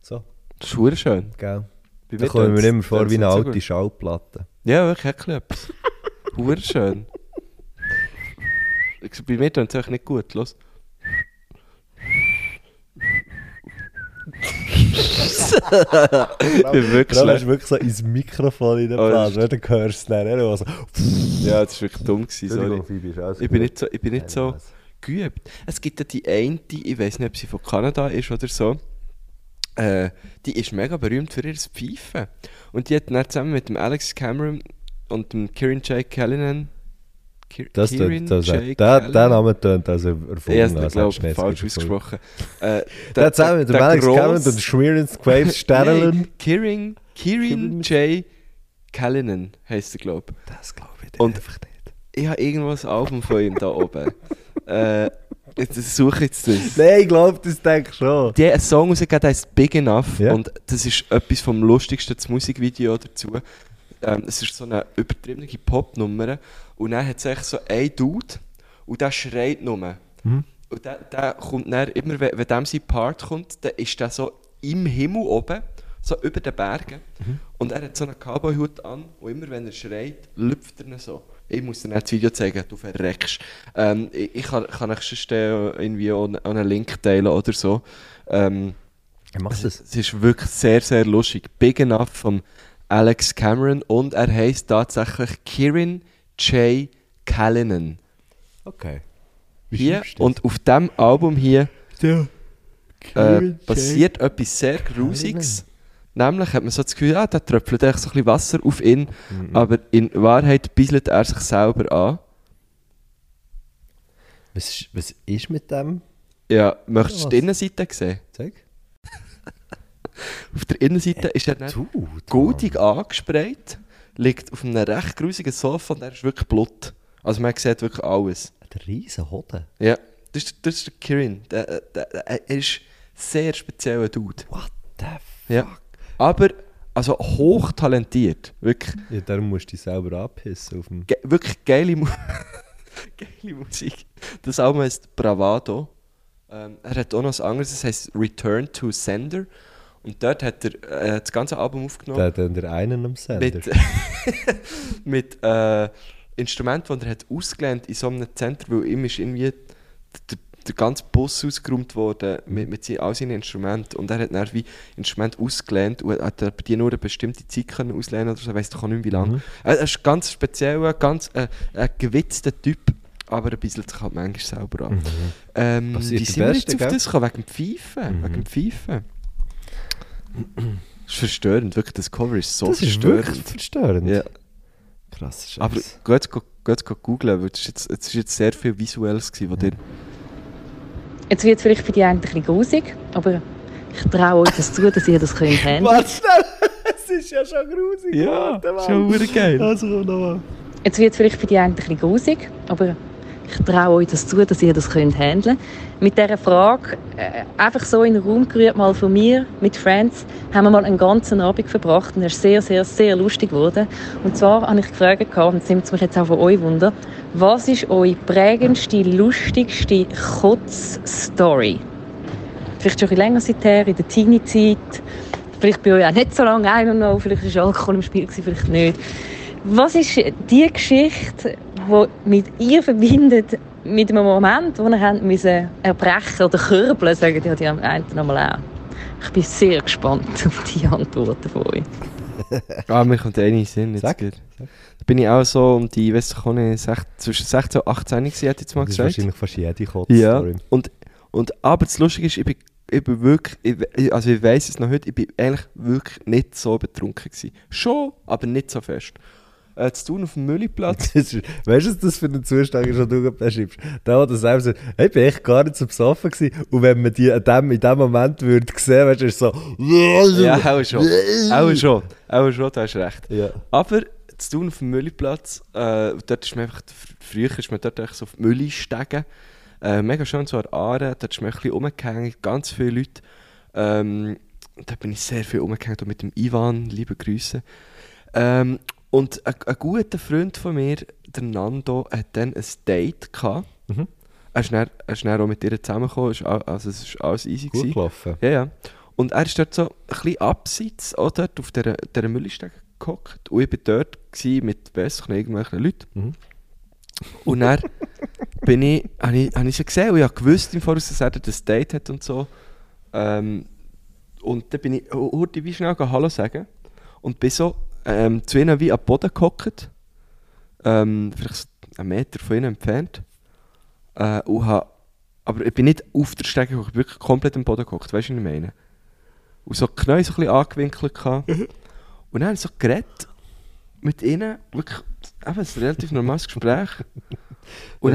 Speaker 6: So,
Speaker 5: Das ist verdammt schön.
Speaker 6: gell?
Speaker 5: Bei
Speaker 6: Da
Speaker 5: mir
Speaker 6: kommen
Speaker 5: tönt's-
Speaker 6: wir immer vor wie eine
Speaker 5: tönt's nicht so
Speaker 6: alte
Speaker 5: gut.
Speaker 6: Schallplatte.
Speaker 5: Ja, wirklich, hat ein bisschen etwas. Verdammt schön. Ich- Bei mir tönt es nicht gut. Los. ich bin wirklich
Speaker 6: Dann hast
Speaker 5: schlecht.
Speaker 6: du wirklich so ins Mikrofon in den
Speaker 5: Oh, das
Speaker 6: Platz, oh, dann hörst du es dann. Also,
Speaker 5: Ja, das war wirklich dumm. Gewesen, sorry. Ich bin nicht so, ich bin nicht so geübt. Es gibt ja die eine, ich weiß nicht, ob sie von Kanada ist oder so. Äh, die ist mega berühmt für ihr Pfeifen. Und die hat dann zusammen mit dem Alex Cameron und dem Kieran J. Callanan. Kier-
Speaker 6: Das
Speaker 5: Kieran
Speaker 6: tönt, das,
Speaker 5: J.
Speaker 6: der, der
Speaker 5: Callanan?
Speaker 6: Name tönt also erfunden.
Speaker 5: Ich habe
Speaker 6: als
Speaker 5: es, glaube
Speaker 6: hättest du ihn
Speaker 5: ich,
Speaker 6: jetzt
Speaker 5: falsch
Speaker 6: gerade erfunden.
Speaker 5: ausgesprochen. Äh,
Speaker 6: Der zusammen mit dem
Speaker 5: der
Speaker 6: Alex
Speaker 5: gross-
Speaker 6: Cameron und Schmieren Quaves
Speaker 5: Nein,
Speaker 6: Sterlen.
Speaker 5: Kieran, Kieran J. Callanan heisst er, glaube ich.
Speaker 6: Das glaube ich
Speaker 5: Und-
Speaker 6: einfach nicht.
Speaker 5: Ich habe irgendwas Album von ihm da oben. äh, jetzt suche ich jetzt das.
Speaker 6: Nein, ich glaube, das denke ich schon.
Speaker 5: Der hat einen Song rausgegeben, der heißt Big Enough.
Speaker 6: Ja.
Speaker 5: Und das ist etwas vom lustigsten das Musikvideo dazu. Ähm, es ist so eine übertriebene Popnummer. Und dann hat es echt so einen Dude und der schreit nur. Und der, der kommt dann immer, wenn, wenn dem sein Part kommt, dann ist der so im Himmel oben, so über den Bergen. Und er hat so einen Cowboy-Hut an und immer wenn er schreit, lüpft er ihn so. Ich muss dir nicht das Video zeigen, du verreckst. Ähm, ich, ich kann, kann euch sonst äh, irgendwie auch einen- auch einen Link teilen oder so. Ähm,
Speaker 6: Ja, mach das.
Speaker 5: es ist wirklich sehr, sehr lustig. Big Enough von Alex Cameron und er heißt tatsächlich Kirin J. Callanan.
Speaker 6: Okay.
Speaker 5: Hier und auf dem Album hier äh, passiert etwas sehr Grusiges. Nämlich hat man so das Gefühl, ah, der tröpfelt eigentlich so ein bisschen Wasser auf ihn, aber in Wahrheit bieselt er sich selber an.
Speaker 6: Was, ist- was ist mit dem?
Speaker 5: Ja, möchtest du die
Speaker 6: Was?
Speaker 5: Innenseite sehen?
Speaker 6: Zeig.
Speaker 5: Auf der Innenseite ist er nicht
Speaker 6: Du,
Speaker 5: goldig angesprayt, liegt auf einem recht grusigen Sofa und er ist wirklich blut. Also man sieht wirklich alles.
Speaker 6: Mann. Der riesen Hoden.
Speaker 5: Ja, das ist, das ist der Kirin. Der, äh, der, der, er ist ein sehr spezieller Dude.
Speaker 6: What the fuck?
Speaker 5: Ja. Aber, also hochtalentiert. Wirklich,
Speaker 6: Ja, darum musst du dich selber abpissen auf dem...
Speaker 5: ge wirklich geile, Mu geile Musik. Das Album heißt Bravado. Ähm, er hat auch noch ein anderes, das heißt Return to Sender. Und dort hat er äh, das ganze Album aufgenommen.
Speaker 6: Der, der, der einen am Sender.
Speaker 5: mit, mit äh, Instrumenten, die er hat ausgelernt in so einem Zentrum, weil ihm ist irgendwie d- d- der ganze Bus ausgeräumt worden mit, mit seinen, all seinen Instrumenten und er hat dann wie Instrumente ausgelernt und hat aber die nur eine bestimmte Zeit können auslernen oder so, ich weiss doch auch nicht mehr, wie lange.
Speaker 6: Mhm.
Speaker 5: Er er ist ein ganz spezieller, ganz äh, ein gewitzter Typ, aber ein bisschen sich halt manchmal selber an. Ähm,
Speaker 6: Mhm. Passiert
Speaker 5: wie
Speaker 6: dem
Speaker 5: sind wir jetzt
Speaker 6: Besten,
Speaker 5: auf
Speaker 6: gell? Mhm.
Speaker 5: das gekommen? Wegen dem Pfeifen. Wegen dem Pfeifen. Das ist verstörend, wirklich, das Cover ist so
Speaker 6: das ist
Speaker 5: verstörend.
Speaker 6: wirklich verstörend.
Speaker 5: Ja.
Speaker 6: Krass, Scheiße.
Speaker 5: Aber geht es googeln, weil es ist jetzt, es ist jetzt sehr viel Visuelles gewesen, was dir...
Speaker 1: Jetzt wird es vielleicht für die einen ein bisschen grusig, aber ich traue euch das zu, dass ihr das könnt handeln.
Speaker 6: Warte schnell! Es ist ja schon grusig. Warte mal.
Speaker 5: verdammt geil.
Speaker 6: Also komm nochmal.
Speaker 1: Jetzt wird es vielleicht für die einen ein bisschen grusig, aber ich traue euch das zu, dass ihr das könnt handeln. Mit dieser Frage, äh, einfach so in den Raum gerührt, mal von mir, mit Friends, haben wir mal einen ganzen Abend verbracht und er ist sehr, sehr, sehr lustig geworden. Und zwar habe ich gefragt, gehabt, und nimmt es mich jetzt auch von euch wunder, was ist eure prägendste, lustigste Kotz-Story? Vielleicht schon ein bisschen länger seither, in der Teenie-Zeit, vielleicht bei euch auch nicht so lange, I don't know, vielleicht ist Alkohol im Spiel, gewesen, vielleicht nicht. Was ist die Geschichte, die mit ihr verbindet, mit einem Moment, wo ihr habt müssen erbrechen oder körbeln, sagen ja die am Ende nochmal auch. Ich bin sehr gespannt auf die Antworten von euch.
Speaker 5: Ah, mir kommt eine in den Sinn. Jetzt
Speaker 6: Sag.
Speaker 5: gut. Da bin ich auch so um die, weiss ich auch nicht, sech- zwischen 16 und 18 gewesen, hätte ich jetzt mal
Speaker 6: Das ist
Speaker 5: gesagt.
Speaker 6: wahrscheinlich fast jede
Speaker 5: Ja,
Speaker 6: Kotz-Story.
Speaker 5: und, und aber das Lustige ist, ich bin, ich bin wirklich, ich, we- ich- also ich weiss es noch heute, ich bin eigentlich wirklich nicht so betrunken gewesen. Schon, aber nicht so fest. Äh, zu tun auf dem Mülliplatz.
Speaker 6: Das ist- Weißt du, was das für ein Zustand ist, den du gerade beschreibst? Der, der das selbst sagt, hey, ich bin echt gar nicht so besoffen gewesen. Und wenn man die an dem, in dem Moment würde sehen, weißt du, ist so...
Speaker 5: ja, auch schon. auch schon, auch schon, du hast recht.
Speaker 6: Ja.
Speaker 5: Aber zu tun auf dem Mülliplatz, äh, dort ist man einfach, fr- früher ist man dort echt so auf die Mülli steigen. Äh, mega schön so an der Aare, dort ist man ein bisschen rumgehängt, ganz viele Leute. Ähm, da bin ich sehr viel rumgehängt, auch mit dem Ivan, liebe Grüße. Ähm, und ein, ein guter Freund von mir, der Nando, hat dann ein Date gehabt. Er ist dann, er ist dann auch mit ihr zusammengekommen, ist all- also es ist alles easy
Speaker 6: Gut
Speaker 5: gewesen.
Speaker 6: gelaufen.
Speaker 5: Ja, ja. Und er ist dort so ein bisschen abseits auch dort auf dieser, dieser Müllistege gehockt. Und ich war dort gewesen mit, weiss ich nicht, irgendwelchen Leuten. Und dann bin ich, habe ich, habe ich sie gesehen und ich habe gewusst im Voraus, dass er dort ein Date hat und so. Ähm, und dann bin ich hu- hurti wie schnell gegangen, Hallo sagen und bin so ähm, zu ihnen wie am Boden gehockt. Ähm, vielleicht so einen Meter von ihnen entfernt. Äh, und hab, aber ich bin nicht auf der Stege gehockt, ich bin wirklich komplett am Boden gehockt, weißt du, was ich meine? Und so die Knie so ein bisschen angewinkelt. gehabt.
Speaker 6: Mhm.
Speaker 5: Und dann habe ich so geredet mit ihnen, wirklich eben, ein relativ normales Gespräch. Und,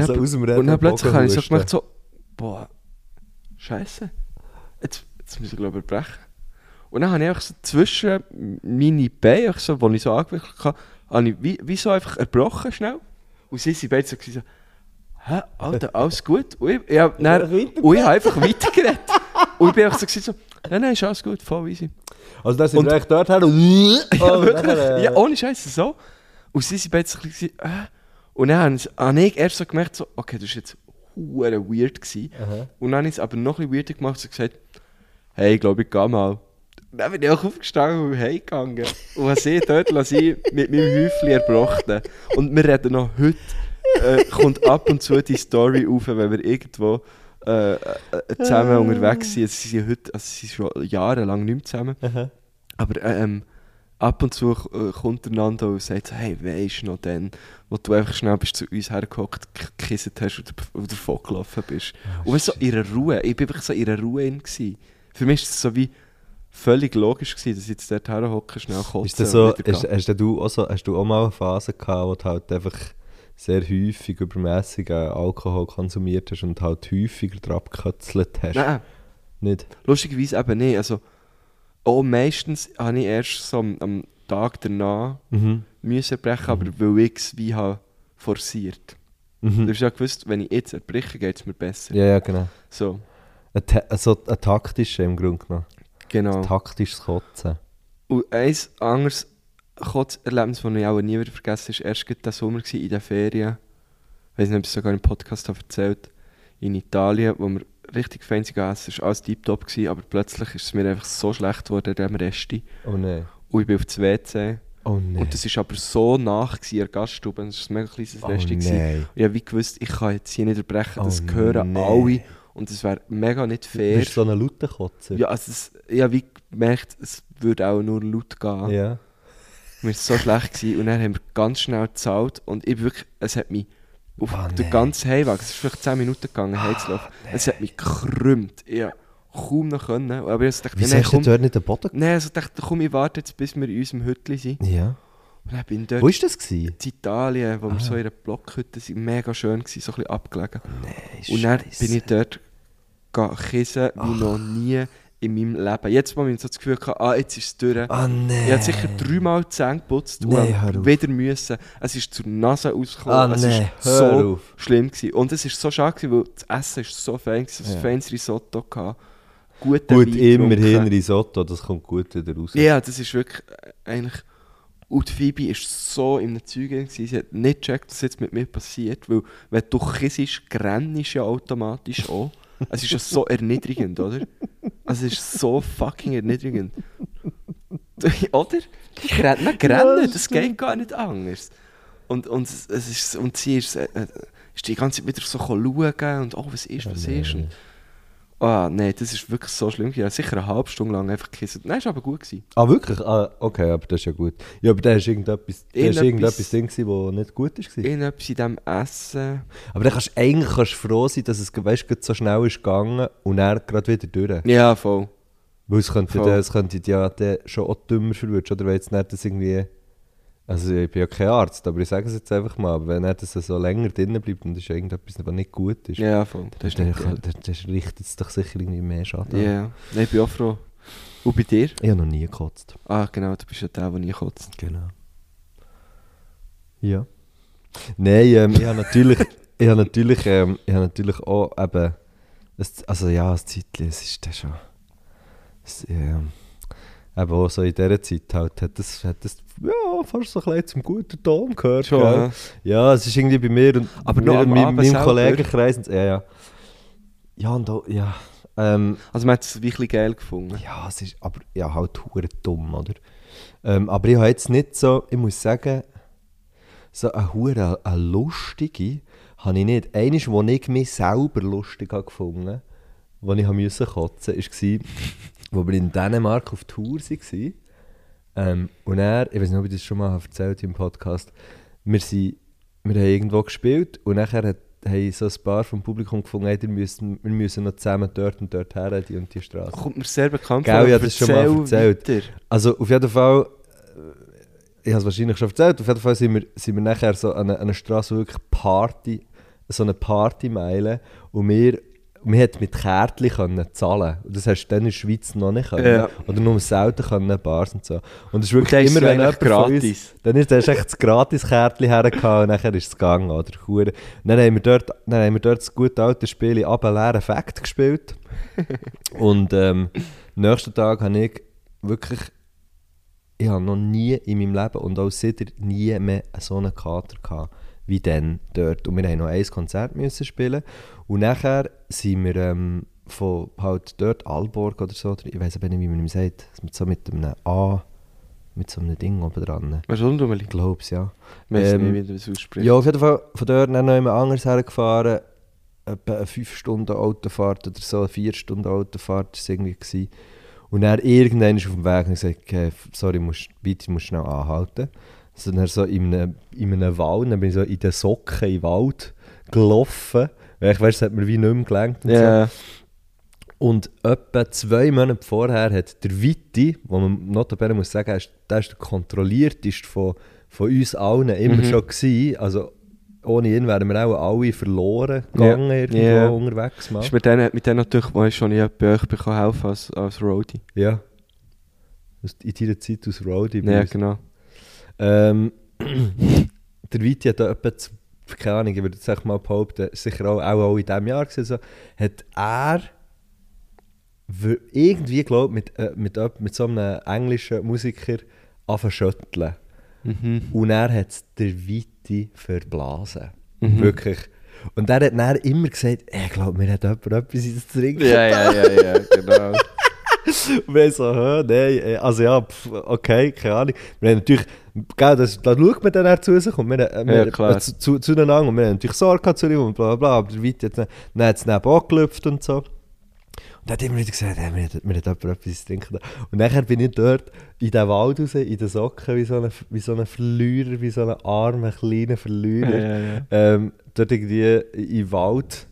Speaker 6: Ja, so
Speaker 5: dann,
Speaker 6: aus dem
Speaker 5: und
Speaker 6: Reden
Speaker 5: dann plötzlich
Speaker 6: Bogen
Speaker 5: habe ich so
Speaker 6: husten.
Speaker 5: gemerkt, so, boah, Scheiße. Jetzt, jetzt muss ich glaube ich brechen. Und dann habe ich einfach so zwischen meine Beine, einfach so, wo ich so angewickelt habe, habe ich wie, wie so einfach erbrochen schnell. Und sie sind beide so, gewesen, so hä, Alter, alles gut? Und ich, ich, hab dann, und ich habe einfach weitergeredet. und ich bin einfach so, gewesen, so, nein, nein, ist alles gut, voll easy.
Speaker 6: Also da sind
Speaker 5: Und-
Speaker 6: wir echt dort her und...
Speaker 5: Ja,
Speaker 6: und nachher,
Speaker 5: wirklich.
Speaker 6: äh,
Speaker 5: Ja, ohne Scheiße, so. Und sie sind beide so ein bisschen, äh. Und dann haben sie- habe ich erst so gemerkt, so, okay, das war jetzt hure weird. Gewesen. Und dann habe ich es aber noch ein bisschen weirder gemacht und so gesagt, hey, ich glaube, ich gehe mal. Dann bin ich auch aufgestanden und heimgegangen. Und habe sie dort lassen, mit meinem Häufchen erbrochen. Und wir reden noch heute, äh, kommt ab und zu die Story auf, wenn wir irgendwo äh, äh, zusammen
Speaker 6: Ah.
Speaker 5: unterwegs sind. Also, sie sind heute, also sie sind schon jahrelang nicht mehr zusammen. Aber äh, ähm, ab und zu äh, kommt der Nando und sagt so, hey, weisst du noch dann, wo du einfach schnell bist zu uns hergehockt, k- gekisset hast und, und davon gelaufen bist.
Speaker 6: Ah,
Speaker 5: und wir so in einer Ruhe, ich bin wirklich so in einer Ruhe in gewesen. Für mich ist es so wie völlig logisch gewesen, dass ich jetzt dort herhocke, schnell kotzen
Speaker 6: Ist das so,
Speaker 5: und wieder
Speaker 6: hast,
Speaker 5: gehen.
Speaker 6: hast, denn du auch so, hast du auch mal eine Phase gehabt, wo du halt einfach sehr häufig übermäßig äh, Alkohol konsumiert hast und halt häufiger drauf gekötzelt hast?
Speaker 5: Nein,
Speaker 6: Nicht?
Speaker 5: lustigerweise eben nicht. Also, auch meistens habe ich erst so am, am Tag danach
Speaker 6: Mhm.
Speaker 5: müssen erbrechen, aber weil ich es wie habe forciert. Du hast ja gewusst, wenn ich jetzt erbreche, geht es mir besser.
Speaker 6: Mhm. Ja, ja, genau.
Speaker 5: So,
Speaker 6: Ein, ta also ein taktischer im Grunde genommen. Oh.
Speaker 5: genau.
Speaker 6: Taktisches Kotzen.
Speaker 5: Und ein anderes Kotzerlebnis, das ich auch nie wieder vergessen ist erst gerade diesen Sommer gewesen, in den Ferien. Ich weiß nicht, ob ich es sogar im Podcast habe erzählt in Italien, wo wir richtig fancy gegessen haben. Es war alles tiptop, gewesen, aber plötzlich ist es mir einfach so schlecht geworden, dem Resti.
Speaker 6: Oh nein.
Speaker 5: Und ich bin auf das WC.
Speaker 6: Oh nein.
Speaker 5: Und das war aber so nach gewesen, in der Gaststube. Es war ein mega kleines
Speaker 6: Oh
Speaker 5: Resti. gewesen.
Speaker 6: nein.
Speaker 5: Und ich habe wie gewusst, ich kann jetzt hier nicht erbrechen, das
Speaker 6: Oh
Speaker 5: hören
Speaker 6: nein.
Speaker 5: alle. Und das wäre mega nicht
Speaker 6: Du
Speaker 5: fair.
Speaker 6: bist so ein lauter Kotzer.
Speaker 5: Ja, also es, ich habe wie gemerkt, es würde auch nur laut gehen.
Speaker 6: Ja.
Speaker 5: Mir war so schlecht gewesen. und dann haben wir ganz schnell gezahlt und ich bin wirklich, es hat mich auf
Speaker 6: Oh
Speaker 5: den
Speaker 6: nein.
Speaker 5: ganzen Heimweg, es ist vielleicht 10 Minuten gegangen,
Speaker 6: Ah,
Speaker 5: Heizlauf, es hat mich gekrümmt. Ich habe kaum noch können, aber ich dachte,
Speaker 6: Wie
Speaker 5: nein,
Speaker 6: sagst du
Speaker 5: komm,
Speaker 6: dort nicht den Boden?
Speaker 5: nein, also ich dachte, komm, ich warte jetzt, bis wir in unserem Hütli sind.
Speaker 6: Ja.
Speaker 5: Und dann bin ich dort
Speaker 6: Wo war das? Gewesen?
Speaker 5: in Italien, wo wir so in einer Blockhütte sind, mega schön gewesen, so ein bisschen abgelegen.
Speaker 6: Ah. Nein,
Speaker 5: Und dann
Speaker 6: Scheisse. Ah.
Speaker 5: bin ich dort ga- kissen wie noch nie in meinem Leben. Jetzt, wo ich so das Gefühl hatte, ah, jetzt ist es durch.
Speaker 6: Ah nein.
Speaker 5: Ich habe sicher dreimal die Zähne geputzt
Speaker 6: Nein, hör
Speaker 5: und hab
Speaker 6: auf.
Speaker 5: wieder müssen. Es ist zur Nase
Speaker 6: Ah,
Speaker 5: ausgekommen. es
Speaker 6: nein,
Speaker 5: ist
Speaker 6: hör
Speaker 5: so
Speaker 6: auf.
Speaker 5: schlimm. Gewesen. Und es ist so schade, gewesen, weil das Essen ist so fein war. Ja.
Speaker 6: Ja.
Speaker 5: Ein feines Risotto. Gehabt. Guten
Speaker 6: Gut,
Speaker 5: Wein
Speaker 6: immerhin
Speaker 5: getrunken.
Speaker 6: Risotto, das kommt gut wieder raus.
Speaker 5: Ja, das ist wirklich äh, eigentlich. Und die Phoebe war so in einem Zeug. gewesen. Sie hat nicht gecheckt, was jetzt mit mir passiert. Weil, wenn du kissest, grennst du ja automatisch auch. Es ist ja so erniedrigend, oder? Also, es ist so fucking erniedrigend. oder? Gren- Man grennt, das geht gar nicht anders. Und, und, es es ist, und sie ist, äh, äh, ist die ganze Zeit wieder so schauen und oh, was ist, was ist. Und, ah, nein, das ist wirklich so schlimm. gewesen. Ich habe sicher eine halbe Stunde lang einfach gekisst. Nein, es war aber gut. Gewesen.
Speaker 6: Ah, wirklich? Ah, okay, aber das ist ja gut. Ja, aber da ist irgendetwas, da ist
Speaker 5: Irgendetwas-
Speaker 6: irgendetwas drin, gewesen, wo nicht gut war.
Speaker 5: Irgendetwas in diesem Essen.
Speaker 6: Aber dann kannst du eigentlich kannst du froh sein, dass es weißt, so schnell ist gegangen und er gerade wieder durch.
Speaker 5: Ja, voll.
Speaker 6: Weil es könnte,
Speaker 5: Voll.
Speaker 6: dann- es könnte dich ja dann schon auch dümmer verwirrt, oder? Weil jetzt nicht das irgendwie... Also ich bin ja kein Arzt, aber ich sage es jetzt einfach mal. Aber wenn nicht, dass er so länger drinnen bleibt und das ist irgendetwas, was nicht gut ist,
Speaker 5: Ja, voll. Das ist
Speaker 6: dann,
Speaker 5: nicht
Speaker 6: kann-
Speaker 5: geil.
Speaker 6: dann, dann richtet es doch sicher irgendwie mehr Schaden. an.
Speaker 5: Ja, Nein, ich bin auch froh. Und bei dir?
Speaker 6: Ich habe noch nie gekotzt.
Speaker 5: Ah, genau, du bist ja der, der nie kotzt.
Speaker 6: Genau. Ja. Nein, ähm, ich habe natürlich, ich habe natürlich, ähm, ich habe natürlich auch eben, es, also ja, das Zeitchen, es ist dann schon, es, ähm, eben auch so in dieser Zeit halt, hat das, hat das ja, fast so ein bisschen zum guten Ton gehört.
Speaker 5: Schon,
Speaker 6: gell? ja, es ist irgendwie bei mir und
Speaker 5: Aber
Speaker 6: mir,
Speaker 5: noch am
Speaker 6: und meinem,
Speaker 5: Abend
Speaker 6: meinem
Speaker 5: selber?
Speaker 6: Kollegenkreis, und- ja, ja. Ja, und auch, ja, ähm,
Speaker 5: Also, man hat es wirklich geil gefunden.
Speaker 6: ja, es ist aber ja, halt hure dumm, oder? Ähm, aber ich habe jetzt nicht so, ich muss sagen, so eine hure eine lustige habe ich nicht. Eines, wo ich mich selber lustig habe gefunden, wo ich habe müssen kotzen, ist wo wir in Dänemark auf Tour waren. Ähm, und er, ich weiß nicht, ob ich das schon mal habe erzählt im Podcast, wir, sind, wir haben irgendwo gespielt und nachher hat, haben so ein paar vom Publikum gefunden, hey, ihr müsst- wir müssen noch zusammen dort und dort her, die und die Straße.
Speaker 5: Kommt mir sehr bekannt
Speaker 6: Gell, ich
Speaker 5: aber
Speaker 6: habe das schon mal
Speaker 5: erzähl
Speaker 6: erzählt.
Speaker 5: weiter.
Speaker 6: Also auf jeden Fall, äh, ich habe es wahrscheinlich schon erzählt, auf jeden Fall sind wir, sind wir nachher so an einer eine Straße wirklich Party, so eine Partymeile und wir, wir hätten mit Kärtchen können zahlen und das hast du dann in der Schweiz noch nicht können.
Speaker 5: Ja.
Speaker 6: oder nur selten können, Bars und so. Und es ist
Speaker 5: dann
Speaker 6: wirklich
Speaker 5: ist
Speaker 6: immer,
Speaker 5: es
Speaker 6: wenn jemand
Speaker 5: eigentlich
Speaker 6: von uns,
Speaker 5: gratis.
Speaker 6: dann ist dann hast du echt das Gratis-Kärtchen hergehauen und nachher ist es gegangen, oder? Hure. Und dann haben wir dort, dann haben wir dort das gute alte Spiel «Abelehren Fact» gespielt. Und ähm, am nächsten Tag habe ich wirklich, ich habe noch nie in meinem Leben und auch seither nie mehr so einen Kater gehabt wie dann dort. Und wir haben noch ein Konzert müssen spielen und nachher sind wir ähm, von halt dort, Alborg oder so, oder ich weiß aber nicht, wie man ihm sagt, mit so mit einem A, mit so einem Ding oben dran.
Speaker 5: Weißt du, Dummeli?
Speaker 6: Ich glaube es, ja.
Speaker 5: Ich weiss
Speaker 6: Ähm,
Speaker 5: nicht, wie du das aussprichst.
Speaker 6: Ja, auf jeden Fall von dort dann noch jemand anders hergefahren. Etwa eine 5-Stunden-Autofahrt oder so, eine 4-Stunden-Autofahrt war es irgendwie. Gewesen. Und dann irgendwann ist auf dem Weg und gesagt, okay, sorry, musst, bitte, musst schnell anhalten. Also dann so in einem, in einem Wald, dann bin ich so in den Socken im Wald gelaufen. Weil ich weiß, es hat mir wie nicht mehr gelenkt. Und so.
Speaker 5: Ja.
Speaker 6: Und etwa zwei Monate vorher hat der Witti, wo man notabene muss sagen, er ist, der ist der kontrollierteste von, von uns allen immer
Speaker 5: Mhm.
Speaker 6: schon gewesen. Also ohne ihn wären wir auch alle verloren gegangen,
Speaker 5: Ja.
Speaker 6: irgendwo
Speaker 5: Ja.
Speaker 6: unterwegs mal.
Speaker 5: Ist mit denen, mit denen natürlich, wo ich schon ich bei euch bekommen helfen als, als Roadie.
Speaker 6: Ja. Aus- In dieser Zeit aus Rowdy. bei
Speaker 5: Ja,
Speaker 6: uns.
Speaker 5: genau.
Speaker 6: Ähm, der Viti hat da etwa, z- keine Ahnung, ich würde jetzt echt mal behaupten, sicher auch, auch, auch in diesem Jahr gewesen, so, hat er w- irgendwie, glaube mit, äh, mit, jemand- mit so einem englischen Musiker anfangen zu schütteln. Und er hat es der Viti verblasen. Wirklich. Und er hat dann immer gesagt, «Ey, ich glaube, mir hat jemand etwas ins Trinken
Speaker 5: ja, ja, ja, genau.
Speaker 6: wir haben so, hä, nein, äh, also ja, pf, okay, keine Ahnung. Wir haben natürlich, gell, das, da schaut man dann auch zu sich und wir, äh, wir,
Speaker 5: Ja, klar.
Speaker 6: äh, zu, zu, zueinander und wir haben natürlich Sorge gehabt zu ihm und bla bla bla, aber der Witt hat dann, dann hat es nebenan angelüpft und so. Und hat immer wieder gesagt, hey, mir, hat, mir hat jemand etwas zu trinken. da. Und nachher bin ich dort in den Wald raus, in den Socken, wie so ein, wie so ein Verlierer, wie so ein armer, kleiner Verlierer.
Speaker 5: Ja, ja, ja.
Speaker 6: Ähm, dort irgendwie im Wald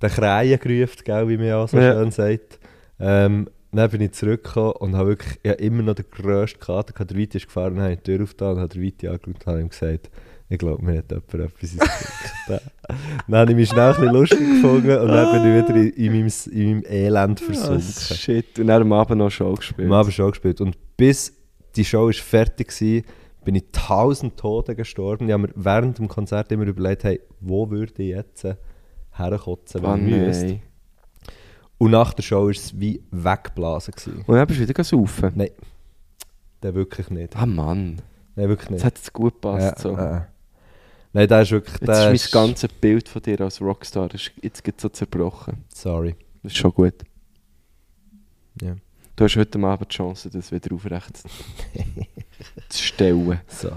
Speaker 6: den Kreien gerufen, gell, wie man ja so
Speaker 5: Ja.
Speaker 6: schön sagt. Ähm, dann bin ich zurückgekommen und habe wirklich ich habe immer noch den grössten Kater gehabt. Der Weite ist gefahren, habe ich die Tür aufgetan, habe den Weite angeschaut und habe ihm gesagt, ich glaube, mir hat jemand etwas ins Gesicht Dann habe ich mich schnell ein bisschen lustig gefunden und dann bin ich wieder in, in, meinem, in meinem Elend versunken.
Speaker 5: Ah, shit. Und dann am Abend noch Show gespielt.
Speaker 6: Wir haben schon gespielt. Und bis die Show ist fertig war, bin ich tausend Tote gestorben. Ich habe mir während dem Konzert immer überlegt, hey, wo würde ich jetzt herkotzen,
Speaker 5: Ah,
Speaker 6: wenn ich müsste.
Speaker 5: nein.
Speaker 6: Und nach der Show war es wie weggeblasen. Gewesen.
Speaker 5: Und dann bist du wieder saufen.
Speaker 6: Nein, der wirklich nicht.
Speaker 5: Ah, Mann.
Speaker 6: Nein, wirklich
Speaker 5: Das
Speaker 6: nicht.
Speaker 5: hat jetzt gut gepasst.
Speaker 6: Ja,
Speaker 5: so.
Speaker 6: äh. Nein, der ist wirklich...
Speaker 5: Jetzt
Speaker 6: der
Speaker 5: ist mein ganzes Bild von dir als Rockstar ist jetzt gerade so zerbrochen.
Speaker 6: Sorry.
Speaker 5: Das ist schon gut.
Speaker 6: Ja.
Speaker 5: Du hast heute Abend die Chance, das wieder aufrecht zu stellen.
Speaker 6: So.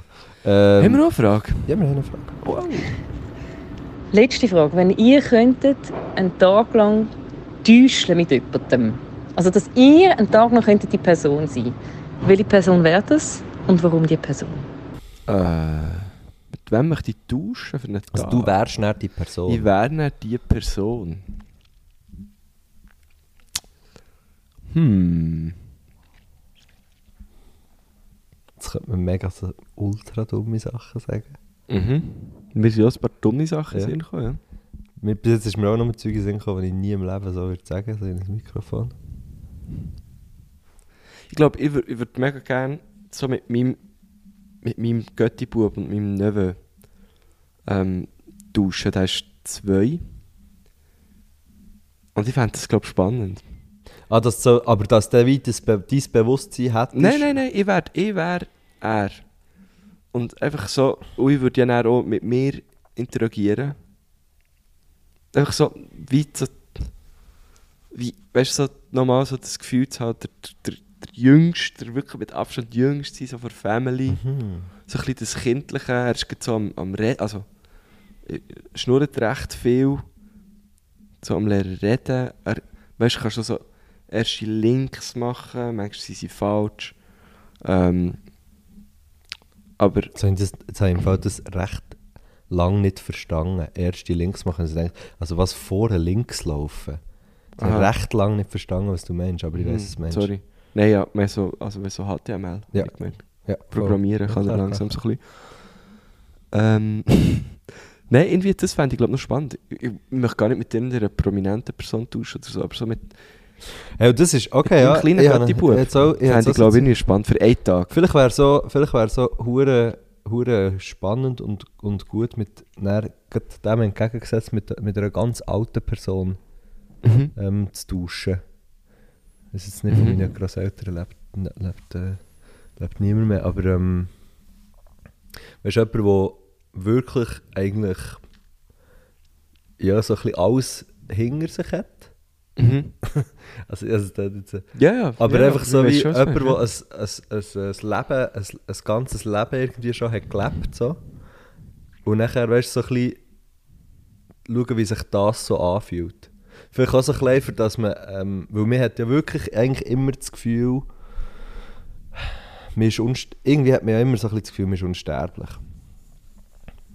Speaker 6: Ähm,
Speaker 5: Haben wir noch eine Frage?
Speaker 6: Ja, wir haben eine Frage.
Speaker 1: Letzte Frage. Wenn ihr könntet einen Tag lang täuschen mit jemandem, also dass ihr einen Tag lang könntet die Person sein, welche Person wäre das und warum die Person?
Speaker 5: Äh, mit wem möchte ich tauschen für einen Tag?
Speaker 6: Also du wärst nicht die Person.
Speaker 5: Ich wäre dann die Person. Hm.
Speaker 6: Jetzt könnte man mega so ultra dumme Sachen sagen.
Speaker 5: Mhm. Mir sind auch ein paar dumme Sachen
Speaker 6: Ja.
Speaker 5: ja. gekommen.
Speaker 6: Mir, bis jetzt ist mir auch noch ein Zeug in den Sinn gekommen, wenn ich nie im Leben so würde sagen, so in das Mikrofon.
Speaker 5: Ja. Ich glaube, ich würde würd mega gerne so mit meinem, mit meinem Göttibub und meinem Neven ähm, tauschen. Der ist zwei. Und ich fände das, glaube ich, spannend.
Speaker 6: Ah, dass so, aber dass der weit das Be dein Bewusstsein hat.
Speaker 5: Nein, nein, nein, ich wär, ich wär er. Und einfach so, und ich würde ja dann auch mit mir interagieren. Einfach so, wie, so, wie weißt du, so, nochmal so das Gefühl zu haben, der, der, der Jüngste, der wirklich mit Abstand Jüngste sein, so von der Family. So ein bisschen das Kindliche, er ist gerade so am, am Reden, also, äh, schnurrt recht viel, so am Lernen reden. Er, weißt du, kannst du so erste Links machen, manchmal sind sie falsch. Ähm, aber
Speaker 6: Jetzt habe ich, das, jetzt habe ich im Fall das recht lang nicht verstanden. Erst die Links machen, also, denke, also was vor den Links laufen. Ich habe
Speaker 5: Aha. Mm,
Speaker 6: recht lang nicht verstanden, was du meinst, aber ich weiß, was du meinst.
Speaker 5: hm, sorry. Nein, ja, mehr so, also mehr so HTML. hab
Speaker 6: Ja.
Speaker 5: ich gemeint.
Speaker 6: Ja,
Speaker 5: Programmieren
Speaker 6: voll.
Speaker 5: kann
Speaker 6: Ja,
Speaker 5: er
Speaker 6: klar,
Speaker 5: langsam so ein bisschen. Ähm, Nein, irgendwie, das fände ich glaube noch spannend. Ich, ich möchte gar nicht mit irgendeiner prominenten Person tauschen oder so, aber so mit
Speaker 6: klar. Hey, und das ist, okay,
Speaker 5: einem
Speaker 6: ja.
Speaker 5: kleinen
Speaker 6: ich habe-
Speaker 5: Götti-Bub.
Speaker 6: jetzt auch- ich habe
Speaker 5: fände
Speaker 6: jetzt
Speaker 5: ich
Speaker 6: auch
Speaker 5: glaube
Speaker 6: so-
Speaker 5: irgendwie spannend für einen Tag.
Speaker 6: Vielleicht wäre so, vielleicht wäre so hure, hure spannend und, und gut mit dann grad dem entgegengesetzt mit, mit einer ganz alten Person ähm, zu tauschen. Das ist jetzt nicht von meinen Großeltern lebt, ne- lebt, äh, lebt niemand mehr, aber ähm, weißt du, jemand, der wirklich eigentlich ja, so ein bisschen alles hinter sich hat
Speaker 5: Mhm.
Speaker 6: Also, also das jetzt, äh,
Speaker 5: Ja, ja.
Speaker 6: aber
Speaker 5: ja,
Speaker 6: einfach so wie
Speaker 5: ich weiss schon,
Speaker 6: jemand,
Speaker 5: was
Speaker 6: der
Speaker 5: du
Speaker 6: ein,
Speaker 5: meinst,
Speaker 6: ein, ein, ein, Leben, ein, ein ganzes Leben irgendwie schon hat gelebt so. Und nachher, weißt du, so ein bisschen schauen, wie sich das so anfühlt. Vielleicht auch so ein bisschen, für dass man, ähm, weil man hat ja wirklich eigentlich immer das Gefühl, man ist unst irgendwie hat man ja immer so ein bisschen das Gefühl, man ist unsterblich.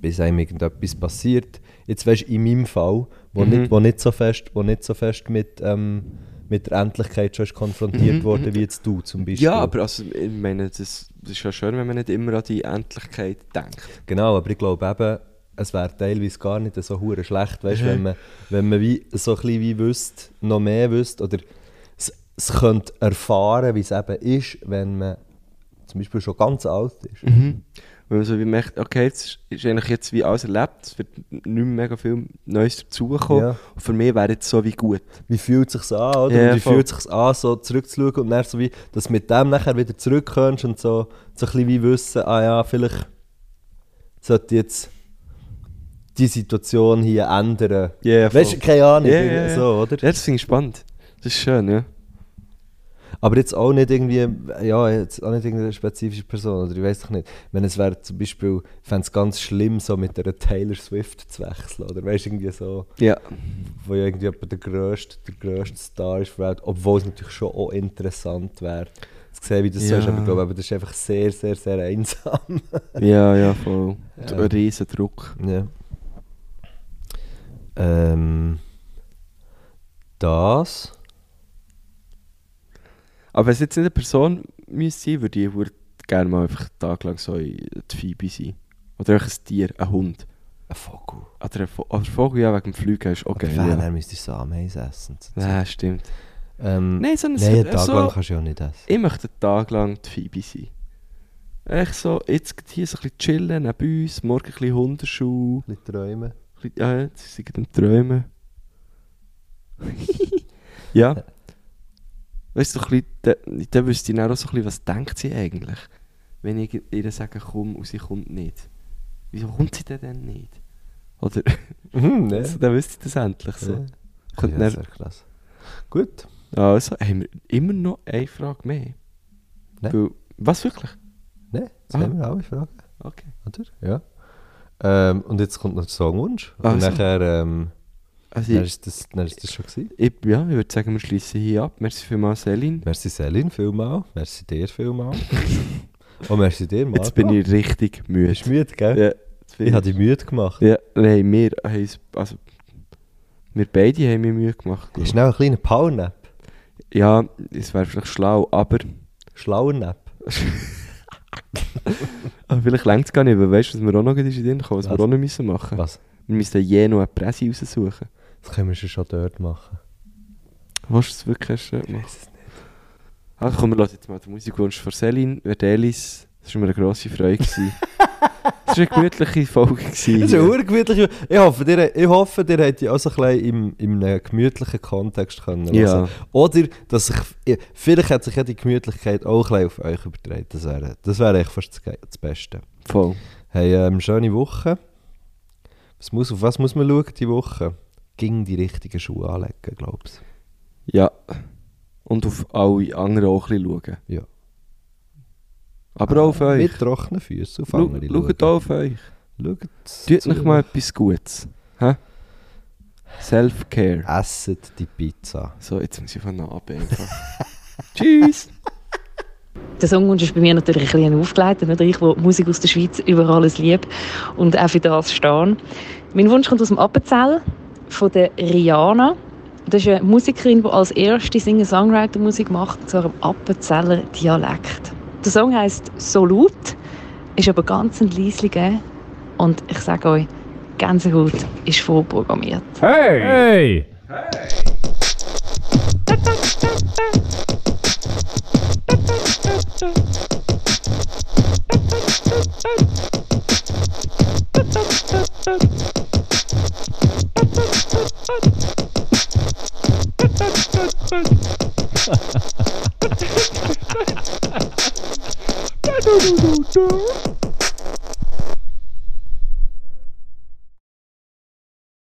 Speaker 6: Bis einem irgendetwas passiert. Jetzt weißt du, in meinem Fall, wo,
Speaker 5: Mhm.
Speaker 6: nicht, wo, nicht, so fest, wo nicht so fest mit, ähm, mit der Endlichkeit schon ist konfrontiert worden, wie jetzt du zum Beispiel.
Speaker 5: Mhm. Ja, aber also, ich meine, das, das ist ja schön, wenn man nicht immer an die Endlichkeit denkt.
Speaker 6: Genau, aber ich glaube eben, es wäre teilweise gar nicht so hure schlecht, weißt,
Speaker 5: Mhm.
Speaker 6: wenn man, wenn man wie, so ein bisschen wie wüsst, noch mehr wüsst oder es, es könnte erfahren, wie es eben ist, wenn man zum Beispiel schon ganz alt ist.
Speaker 5: Mhm. Wenn man so wie merkt, okay, jetzt ist, ist eigentlich jetzt wie alles erlebt, es wird nicht mehr mega viel Neues dazukommen.
Speaker 6: Ja.
Speaker 5: Und Für mich wäre jetzt so wie gut.
Speaker 6: Wie fühlt es sich an, oder?
Speaker 5: Ja,
Speaker 6: Und wie
Speaker 5: voll.
Speaker 6: fühlt es sich an, so zurückzuschauen und dann so wie, dass du mit dem nachher wieder zurückkommst und so, so ein bisschen wie wissen, ah ja, vielleicht sollte ich jetzt die Situation hier ändern.
Speaker 5: Yeah,
Speaker 6: Weißt du, keine Ahnung,
Speaker 5: Ja, ja, ja.
Speaker 6: so, oder?
Speaker 5: Ja, das finde ich spannend. Das ist schön, ja.
Speaker 6: Aber jetzt auch nicht irgendwie, ja, jetzt auch nicht irgendeine spezifische Person, oder ich weiß doch nicht. Wenn es wäre zum Beispiel, fände es ganz schlimm, so mit einer Taylor Swift zu wechseln, oder weißt du, irgendwie so,
Speaker 5: Ja.
Speaker 6: wo ja irgendwie etwa der grösste, der grösste Star ist, der Welt, obwohl es natürlich schon auch interessant wäre, zu sehen, wie das so
Speaker 5: Ja.
Speaker 6: ist, aber ich glaube, aber das ist einfach sehr, sehr, sehr einsam.
Speaker 5: Ja, ja, voll. Ja.
Speaker 6: Ja.
Speaker 5: Ein riesen Druck.
Speaker 6: ja. Ähm, das,
Speaker 5: Aber wenn es jetzt nicht eine Person müsste sein, würde ich würde gerne mal einfach tagelang so in die Phoebe sein. Oder einfach ein Tier, ein Hund.
Speaker 6: ein Vogel.
Speaker 5: Oder ein Vo- oder Vogel, ja, wegen dem Fliegen ist okay.
Speaker 6: Okay,
Speaker 5: Ja.
Speaker 6: Wenn,
Speaker 5: Ja.
Speaker 6: dann müsstest du so Ameis essen.
Speaker 5: stimmt.
Speaker 6: Ähm,
Speaker 5: Hm. Nein, so ein
Speaker 6: Nein, einen Tag
Speaker 5: so,
Speaker 6: lang kannst du ja nicht essen.
Speaker 5: Ich möchte einen Tag lang die Phoebe sein. Echt so, jetzt geht hier so ein bisschen chillen, neben uns, morgen ein bisschen Hunderschuhe.
Speaker 6: bisschen träumen.
Speaker 5: Ein bisschen- Ja, jetzt sind sie am Träumen. ja. Weißt du, so ein bisschen, dann, dann wüsste ich dann auch so ein bisschen, was denkt sie eigentlich? Wenn ich ihr sage, komm, und sie kommt nicht. Wieso kommt sie denn dann nicht? Oder,
Speaker 6: Mhm,
Speaker 5: also, dann wüsste ich das endlich so.
Speaker 6: Ja.
Speaker 5: Könnte
Speaker 6: Ja,
Speaker 5: dann-
Speaker 6: sehr krass. Gut.
Speaker 5: Also, haben wir immer noch eine Frage mehr?
Speaker 6: Nein.
Speaker 5: Weil- Was wirklich?
Speaker 6: Ne, jetzt
Speaker 5: Ah.
Speaker 6: haben wir alle Fragen,
Speaker 5: Okay.
Speaker 6: oder? Ja. Ähm, und jetzt kommt noch der Songwunsch. Und
Speaker 5: Also.
Speaker 6: nachher, ähm,
Speaker 5: Also,
Speaker 6: dann,
Speaker 5: ich,
Speaker 6: ist das, dann ist das schon gewesen.
Speaker 5: ich, ja, ich würde sagen, wir schließen hier ab. Merci vielmals, Selin.
Speaker 6: Merci Selin vielmal. Merci dir vielmal. Und merci dir, Marco.
Speaker 5: Jetzt bin ich richtig müde.
Speaker 6: Bist du müde, gell?
Speaker 5: Ja, jetzt bin
Speaker 6: Ich habe dich müde gemacht.
Speaker 5: Ja, nein, wir haben es- also wir beide haben mir Mühe gemacht. glaub ich.
Speaker 6: Schnell einen kleinen Powernap.
Speaker 5: Ja, es wäre vielleicht schlau, aber,
Speaker 6: Schlauer Nap.
Speaker 5: aber vielleicht längt es gar nicht, weil weißt du, was wir auch noch gerade in den Sinn kommen, was,
Speaker 6: Was?
Speaker 5: wir auch noch müssen machen
Speaker 6: Was?
Speaker 5: Wir müssen je noch eine Presse raussuchen.
Speaker 6: Das können wir schon dort machen.
Speaker 5: Willst du es wirklich erst äh, machen?
Speaker 6: es nicht.
Speaker 5: Also komm, wir lassen jetzt mal den Musikwunsch von Selin, Verdelis. Das war mir eine grosse Freude. gewesen. Es war eine gemütliche Folge. gewesen.
Speaker 6: Das ist eine hure gemütliche. Ich hoffe, dir, ich hoffe, dir hättet auch so ein bisschen im, in einem gemütlichen Kontext können
Speaker 5: Ja.
Speaker 6: hören. Oder, dass sich, vielleicht hat sich ja die Gemütlichkeit auch ein bisschen auf euch übertragen. Das wäre, das wäre echt fast das Ge- das Beste.
Speaker 5: Voll.
Speaker 6: Hey, ähm, schöne Woche. Was muss, auf was muss man schauen diese Woche? Ging die richtigen Schuhe anlegen, glaubst
Speaker 5: Ja. Und auf alle anderen auch ein bisschen schauen.
Speaker 6: Ja. Ah,
Speaker 5: Aber auch auf euch.
Speaker 6: Mit trockenen Füßen auf
Speaker 5: Schau-
Speaker 6: andere
Speaker 5: Schaut auch auf euch.
Speaker 6: Schaut
Speaker 5: Tut
Speaker 6: zu.
Speaker 5: nicht mal etwas Gutes. Hä?
Speaker 6: Ah.
Speaker 5: Self-Care.
Speaker 6: Esset die Pizza.
Speaker 5: So, jetzt muss ich von Nabe einfach. Tschüss!
Speaker 1: Der Songwunsch ist bei mir natürlich ein bisschen aufgeleitet, nicht ich, wo die Musik aus der Schweiz über alles liebe und auch für das stehen. Mein Wunsch kommt aus dem Appenzell von der Rihanna. Das ist eine Musikerin, die als erste Singer-Songwriter-Musik macht, und zwar im Appenzeller Dialekt. Der Song heißt «So laut», ist aber ganz ein leisliger und ich sage euch, Gänsehaut ist vorprogrammiert.
Speaker 2: Hey!